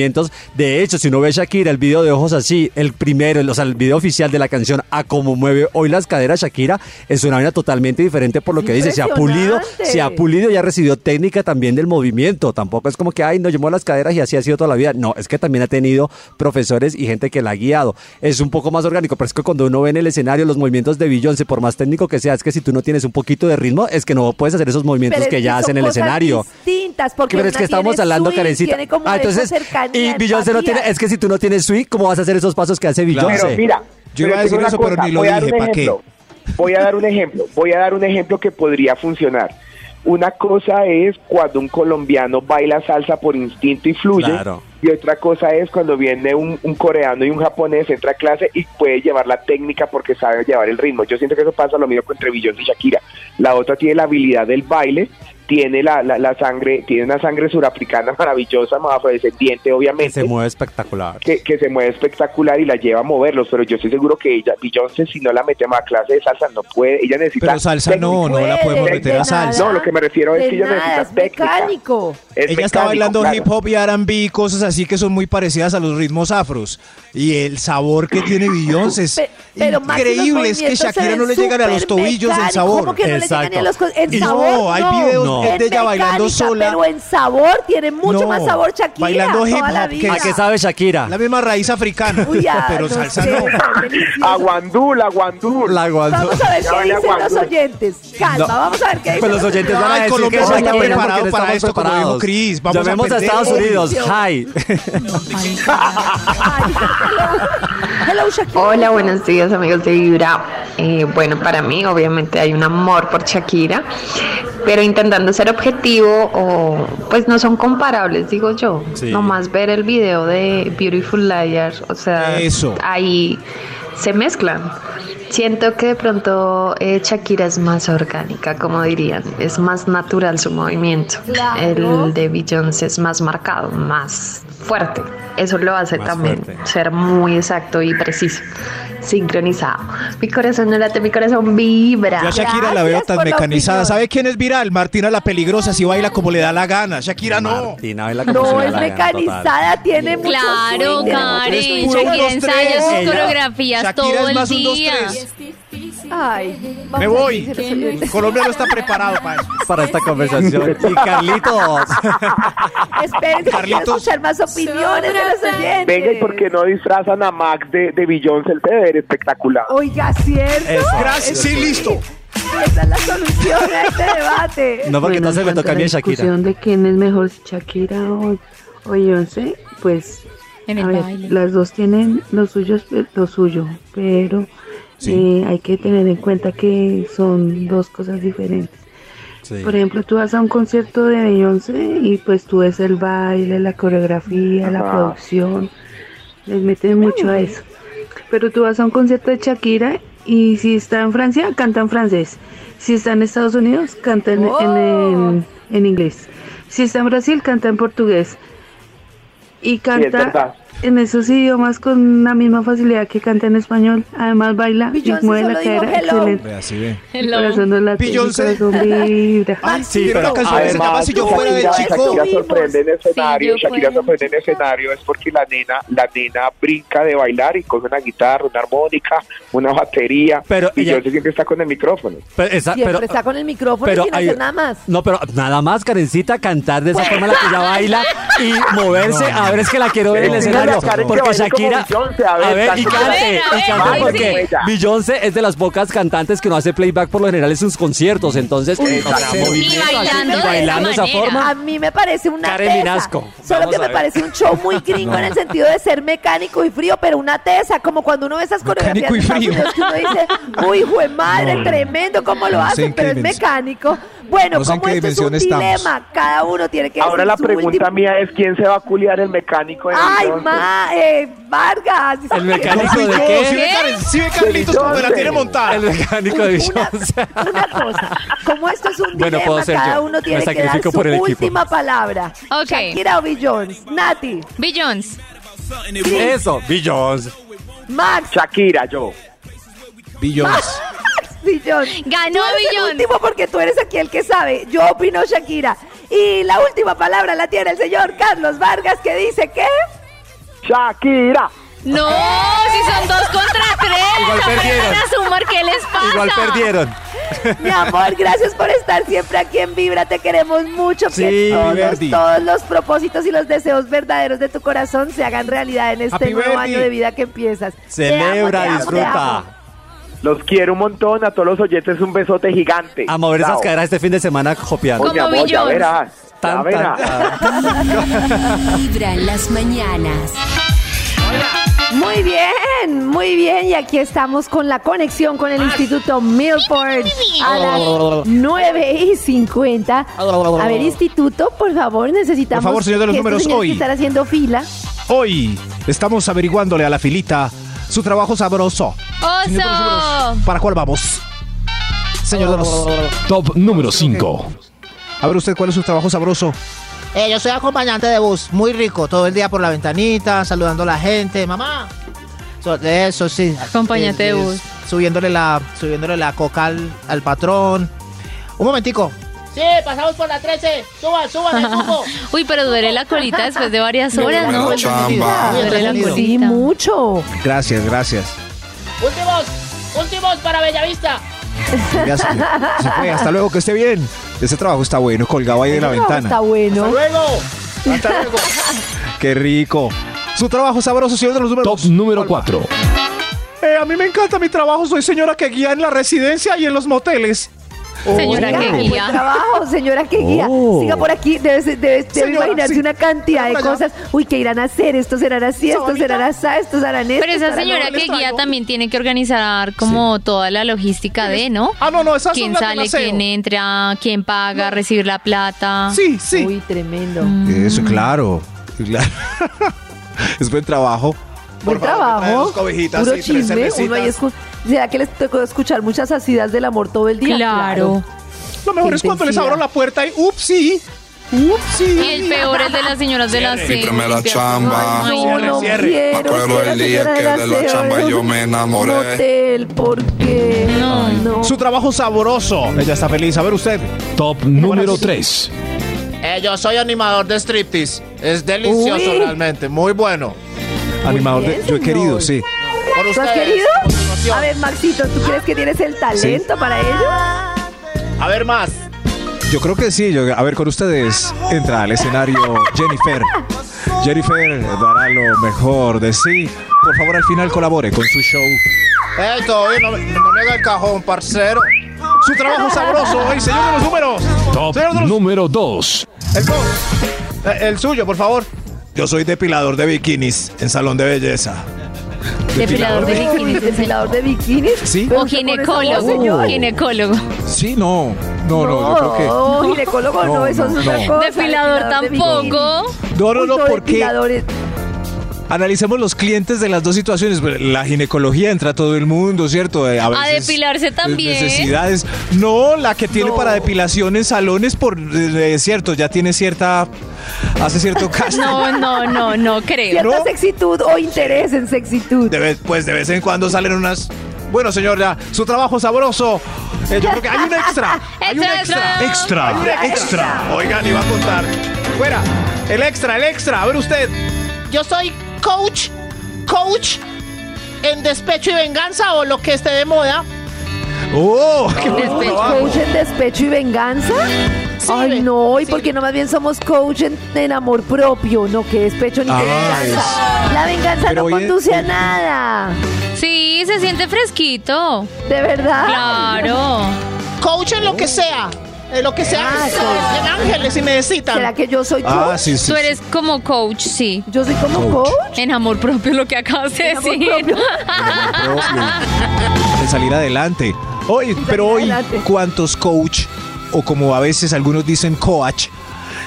De hecho, si uno ve a Shakira, el video de ojos así, el primero, el- o sea, el video oficial de la canción a cómo mueve hoy las caderas Shakira, es una vaina totalmente diferente por lo que dice. Se ha pulido, Impresionante. se ha pulido y ha recibido técnica también del movimiento. Tampoco es como que, ay, no, yo muevo las caderas y así ha sido toda la vida. No, es que también ha tenido profesores y gente que la ha guiado. Es un poco más orgánico, pero es que cuando uno ve en el escenario los movimientos de Beyoncé, por más técnico que sea, es que si tú no tienes un poquito de ritmo, es que no puedes hacer esos movimientos Pero es que ella son hace en el cosas escenario. distintas, porque Pero es una que estamos tiene hablando, swing, Karencita. tiene como Ah, esa entonces, cercanía, y Beyoncé no empatía. tiene, es que si tú no tienes swing, ¿cómo vas a hacer esos pasos que hace Beyoncé? Pero mira, Yo iba a te digo decir una eso, pero ni lo voy a dar dije, un ¿pa' qué? ejemplo. Voy a dar un ejemplo, voy a dar un ejemplo que podría funcionar. Una cosa es cuando un colombiano baila salsa por instinto y fluye. Claro. Y otra cosa es cuando viene un, un coreano y un japonés, entra a clase y puede llevar la técnica porque sabe llevar el ritmo. Yo siento que eso pasa lo mismo con Trevillón y Shakira. La otra tiene la habilidad del baile, tiene la, la, la sangre, tiene una sangre surafricana maravillosa, más afrodescendiente, obviamente Se mueve espectacular. que, que se mueve espectacular y la lleva a moverlos, pero yo estoy seguro que ella, Beyoncé, si no la metemos a clase de salsa, no puede, ella necesita... Pero salsa no, no la podemos técnica. meter a salsa. No, lo que me refiero es De que ella nada, necesita es técnica. mecánico. Es Ella está mecánico, bailando claro. hip hop y R&B y cosas así que son muy parecidas a los ritmos afros. Y el sabor que tiene Beyoncé es Pe- pero Maxi, los increíble. Es que movimientos se Shakira ven no le llegan a los súper tobillos el mecánicos. sabor. ¿Cómo que no le llegan ni a los co- en Y sabor, no, hay no. videos No. de ella En bailando mecánica, sola. Pero en sabor tiene mucho No, más sabor Shakira. Bailando hip toda la hop. vida. sabe Shakira? La misma raíz africana. Uy, ya, pero no salsa sé, no. Aguandul, aguandul. La Vamos a ver qué dicen los oyentes. Calma, No. vamos a ver qué dicen Pues los oyentes van a Ay, decir Colombia que no está Shakira, preparado porque no para estamos esto, como dijo preparados. Cris, vamos a Llamemos a, perder. Estados Unidos. Hi. Hola, buenos días amigos de Vibra. Eh, bueno, para mí obviamente hay un amor por Shakira, pero intentando ser objetivo, o, pues no son comparables, digo yo. Sí. Nomás ver el video de Beautiful Liar, o sea, Eso. ahí se mezclan. Siento que de pronto eh, Shakira es más orgánica, como dirían, es más natural su movimiento. Claro. El de Beyoncé es más marcado, más fuerte. Eso lo hace también Ah, ser muy exacto y preciso, sincronizado. Mi corazón no late, mi corazón vibra. Yo a Shakira la veo tan mecanizada. ¿Sabe quién es viral? Martina la peligrosa, si baila como le da la gana. Shakira no. Martina baila No, es mecanizada, tiene mucho Claro, swing, tiene Karen, mucho swing. Shakira Uno, dos, ensaya tres. sus Ella- coreografías Shakira todo es el más un, dos, día. tres. Ay, Me vamos a voy. ver si se los- Colombia no está preparado para eso. Para esta conversación. Y Carlitos. Espérense, que quiero escuchar más opiniones de los oyentes. Venga, ¿y por qué no disfrazan a Max de, de Beyoncé? El debe ser espectacular. Oiga, ¿cierto? Eso. Gracias, sí, listo. Esa es la solución a este debate. No, porque Bueno, entonces me cuanto toca a la mí Shakira. discusión de quién es mejor, si Shakira o, o Beyoncé, pues a ver, las dos tienen lo suyo, lo suyo, pero eh, hay que tener en cuenta que son dos cosas diferentes. Por ejemplo, tú vas a un concierto de Beyoncé y pues tú ves el baile, la coreografía, la Ajá. producción, les meten mucho a eso. Pero tú vas a un concierto de Shakira y si está en Francia, canta en francés. Si está en Estados Unidos, canta Oh. en, en- en- en inglés. Si está en Brasil, canta en portugués. Y verdad. canta en esos idiomas con la misma facilidad que canta en español. Además baila y Beyoncé mueve la solo dijo cadera. hello. Excelente. Ve, así ve. Mi corazón no late, mi Beyoncé. corazón vibra. Ay, sí, Pero pero una canción que se llama además, Si yo fuera del Shakira, chico. Shakira sorprende en escenario, yo fuera Shakira sorprende en escenario es porque la nena, la nena brinca de bailar y coge una guitarra, una armónica, una batería, Pero y ella- Beyoncé siempre está con el micrófono. Pero esa- Siempre pero- está con el micrófono pero sin hay- hacer nada más. No, pero nada más, Karencita, cantar de esa forma en la que ella baila y moverse. A ver, es que la quiero ver en el Pero escenario. Camilo, Karen porque Chevalier como Shakira. Beyoncé, a A ver, ver, y cante. A cante, ver, a y ver, cante ahí sí. porque Ella. Beyoncé es de las pocas cantantes que no hace playback por lo general en sus conciertos. Entonces, Uy, o sea, sí. movimiento Y bailando así, y de bailando esa forma. A mí me parece una Karen tesa. Vinasco. Solo Vamos que a me ver. parece un show muy gringo No. en el sentido de ser mecánico y frío, pero una tesa, como cuando uno ve esas coreografías Mecánico y de Estados frío. Unidos que uno dice, uy, hijo de madre, No. tremendo, ¿cómo lo No sé en qué hacen? Pero es dimensión- mecánico. Bueno, no sé en como qué esto es un dimensión dilema, estamos. cada uno tiene que Ahora decir la su pregunta último- mía es quién se va a culiar el mecánico de Ay, Beyoncé? ma, eh, Vargas. ¿El mecánico de Conflicto, qué? si ve Karen- si ve Carlitos como la tiene montada. El mecánico de Beyoncé. Una cosa, como esto es un Bueno, dilema, puedo ser cada yo. uno Me tiene que dar sacrifico su por el equipo. última palabra. Shakira o Billions. Nati. Billions. Eso, Beyoncé. Max. Shakira, yo. Billions. Billions. Ganó Tú eres el Billions. último porque tú eres aquí el que sabe. Yo opino Shakira. Y la última palabra la tiene el señor Carlos Vargas que dice que... Shakira. No, si son dos contra tres. Igual aprendan perdieron. a sumar, ¿qué les pasa? Mi amor, gracias por estar siempre aquí en Vibra. Te queremos mucho. Sí, que todos, Viverdi. todos los propósitos y los deseos verdaderos de tu corazón se hagan realidad en este Happy nuevo Verdi. año de vida que empiezas. Celebra, Te amo, te amo, te amo. Los quiero un montón, a todos los oyentes un besote gigante. A mover esas Chao. caderas este fin de semana copiando. Oye, amor, ya verás, ya Tan, verás. tan, Vibra en las mañanas. Muy bien, muy bien. Y aquí estamos con la conexión con el Instituto Milford a las 9 y 50. A ver, Instituto, por favor, necesitamos. Por favor, señor de los que estos números, señores que hoy. Están haciendo fila. Hoy estamos averiguándole a la filita su trabajo sabroso. ¡Oso! ¿Para cuál vamos? Señor de los... Top número 5. A ver usted, ¿cuál es su trabajo sabroso? Eh, yo soy acompañante de bus, muy rico, todo el día por la ventanita, saludando a la gente, mamá. So- de eso sí. Acompañante de bus. Subiéndole la, subiéndole la coca al, al patrón. Un momentico. Sí, pasamos por la 13. Suba, suba el cupo. Uy, pero duele la colita después de varias horas, ¿no? Duele la Ah, chamba. Duele la colita. Sí, mucho. Gracias, gracias. Últimos, últimos para Bellavista. Ya se, se fue. Hasta luego, que esté bien. Ese trabajo está bueno, colgado ahí de la No, Está ventana. bueno. luego. Hasta luego. Qué rico. Su trabajo sabroso, señor de los números. Top número 4. Eh, a mí me encanta mi trabajo, soy señora que guía en la residencia y en los moteles. Oh, Oiga, qué buen trabajo, señora que guía. Oh. Siga por aquí, debe, ser- debe- debe Señora, imaginarse sí. una cantidad de cosas. Uy, ¿qué irán a hacer? Estos serán así, estos serán así, estos serán esto. Pero esa estos harán señora otro. que guía también tiene que organizar como toda la logística de, ¿no? Ah, no, no, esas son ¿Quién las del sale, E aseo. quién entra, quién paga, recibir la plata? Sí, sí. Uy, tremendo. Mm. Eso, claro. Mm. claro. es buen trabajo. Buen trabajo. Puro chisme. Uno ahí escu- ¿Será que les tocó escuchar muchas asidas del amor todo el día? Claro. Lo mejor Qué es cuando les intensidad. abro la puerta y upsí. Upsí. Y el peor es de las señoras de la Mi C. primera chamba. Ay, no, no Me quiero acuerdo ser la el día señora que del de la aseo, chamba era yo un me enamoré. Motel, ¿por qué? No, no. Su trabajo sabroso. Ella está feliz. A ver usted. Top número 3. Eh, yo soy animador de striptease. Es delicioso Uy. realmente, muy bueno. Animador de- bien, Yo he querido, señor. sí. Por ¿Lo has ustedes. querido? A ver, Maxito, ¿tú crees que tienes el talento para ello? A ver más. Yo creo que sí. Yo, a ver, con ustedes entra al escenario Jennifer. Jennifer dará lo mejor de sí. Por favor, al final colabore con su show. Eh, todavía no, no niega el cajón, parcero. Su trabajo sabroso, hoy, señor de los números. Top número 2. El, co- eh, el suyo, por favor. Yo soy depilador de bikinis en salón de belleza. Depilador de bikinis. Depilador de bikinis. Sí. O esa voz, ginecólogo. señor. Ginecólogo. Sí, no. No, no, yo creo que. No, ginecólogo no, No, eso es no, otra no. cosa. Depilador tampoco. No, no, no, porque Depiladores. analicemos los clientes de las dos situaciones. Pues, La ginecología entra a todo el mundo, ¿cierto? Eh, A A veces, depilarse también. Necesidades. No, la que tiene No. para depilación en salones, por eh, eh, cierto, ya tiene cierta. hace cierto gasto. No, no, no, no creo. Cierta sexitud o interés en sexitud. De vez- pues de vez en cuando salen unas. Bueno, señora, su trabajo sabroso. Eh, yo creo que hay un extra. Hay un extra. Hay un Extra, extra. Oigan, iba a contar. Fuera. El extra, el extra. A ver usted. Yo soy coach, coach en despecho y venganza o lo que esté de moda. Oh, qué bueno. Este, Coach en despecho y venganza. Ay, no, y porque no más bien somos coach en, en amor propio, no que despecho ni que Ay, venganza. sí. La venganza Pero eh, no hoy es- conduce a nada. Sí, se siente fresquito. ¿De verdad? Claro. Coach en lo que sea. En lo que sea. Ah, que sí. sea, En ángeles si necesitan. ¿Será que yo soy Ah, coach? sí, sí, Tú sí. eres como coach, sí. Yo soy como coach. En amor propio lo que acabas de amor decir. propio. de salir adelante. Hoy, pero hoy, ¿cuántos coach o como a veces algunos dicen coach?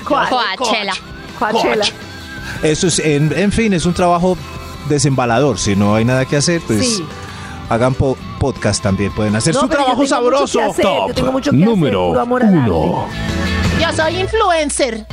Coachella. Coachella. Eso es, en, en fin, es un trabajo desembalador. Si no hay nada que hacer, pues Sí. hagan po- podcast también. Pueden hacer No, su pero yo trabajo tengo mucho que sabroso. hacer, yo tengo mucho que hacer, puro amor al uno. Yo soy influencer.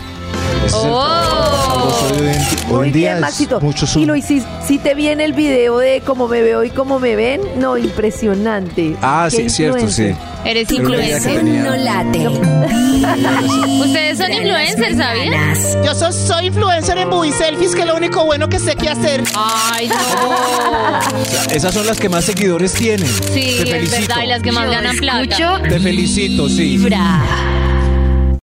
Ese es el trabajo sabroso de hoy en- Hoy Oh. Muy en día bien, es Maxito. mucho Y lo hiciste, si te viene el video de cómo me veo y cómo me ven, no, impresionante. Ah, Qué sí, cierto, sí. influencer. Eres Pero no diga que influencer. tenía- No late. Ustedes son influencers, ¿sabían? Yo so- soy influencer en movie selfies, que es lo único bueno que sé qué hacer. Ay, no. O sea, esas son las que más seguidores tienen. Sí, Te es felicito. verdad. Y las que más ganan plata. Te felicito, sí. Vibra.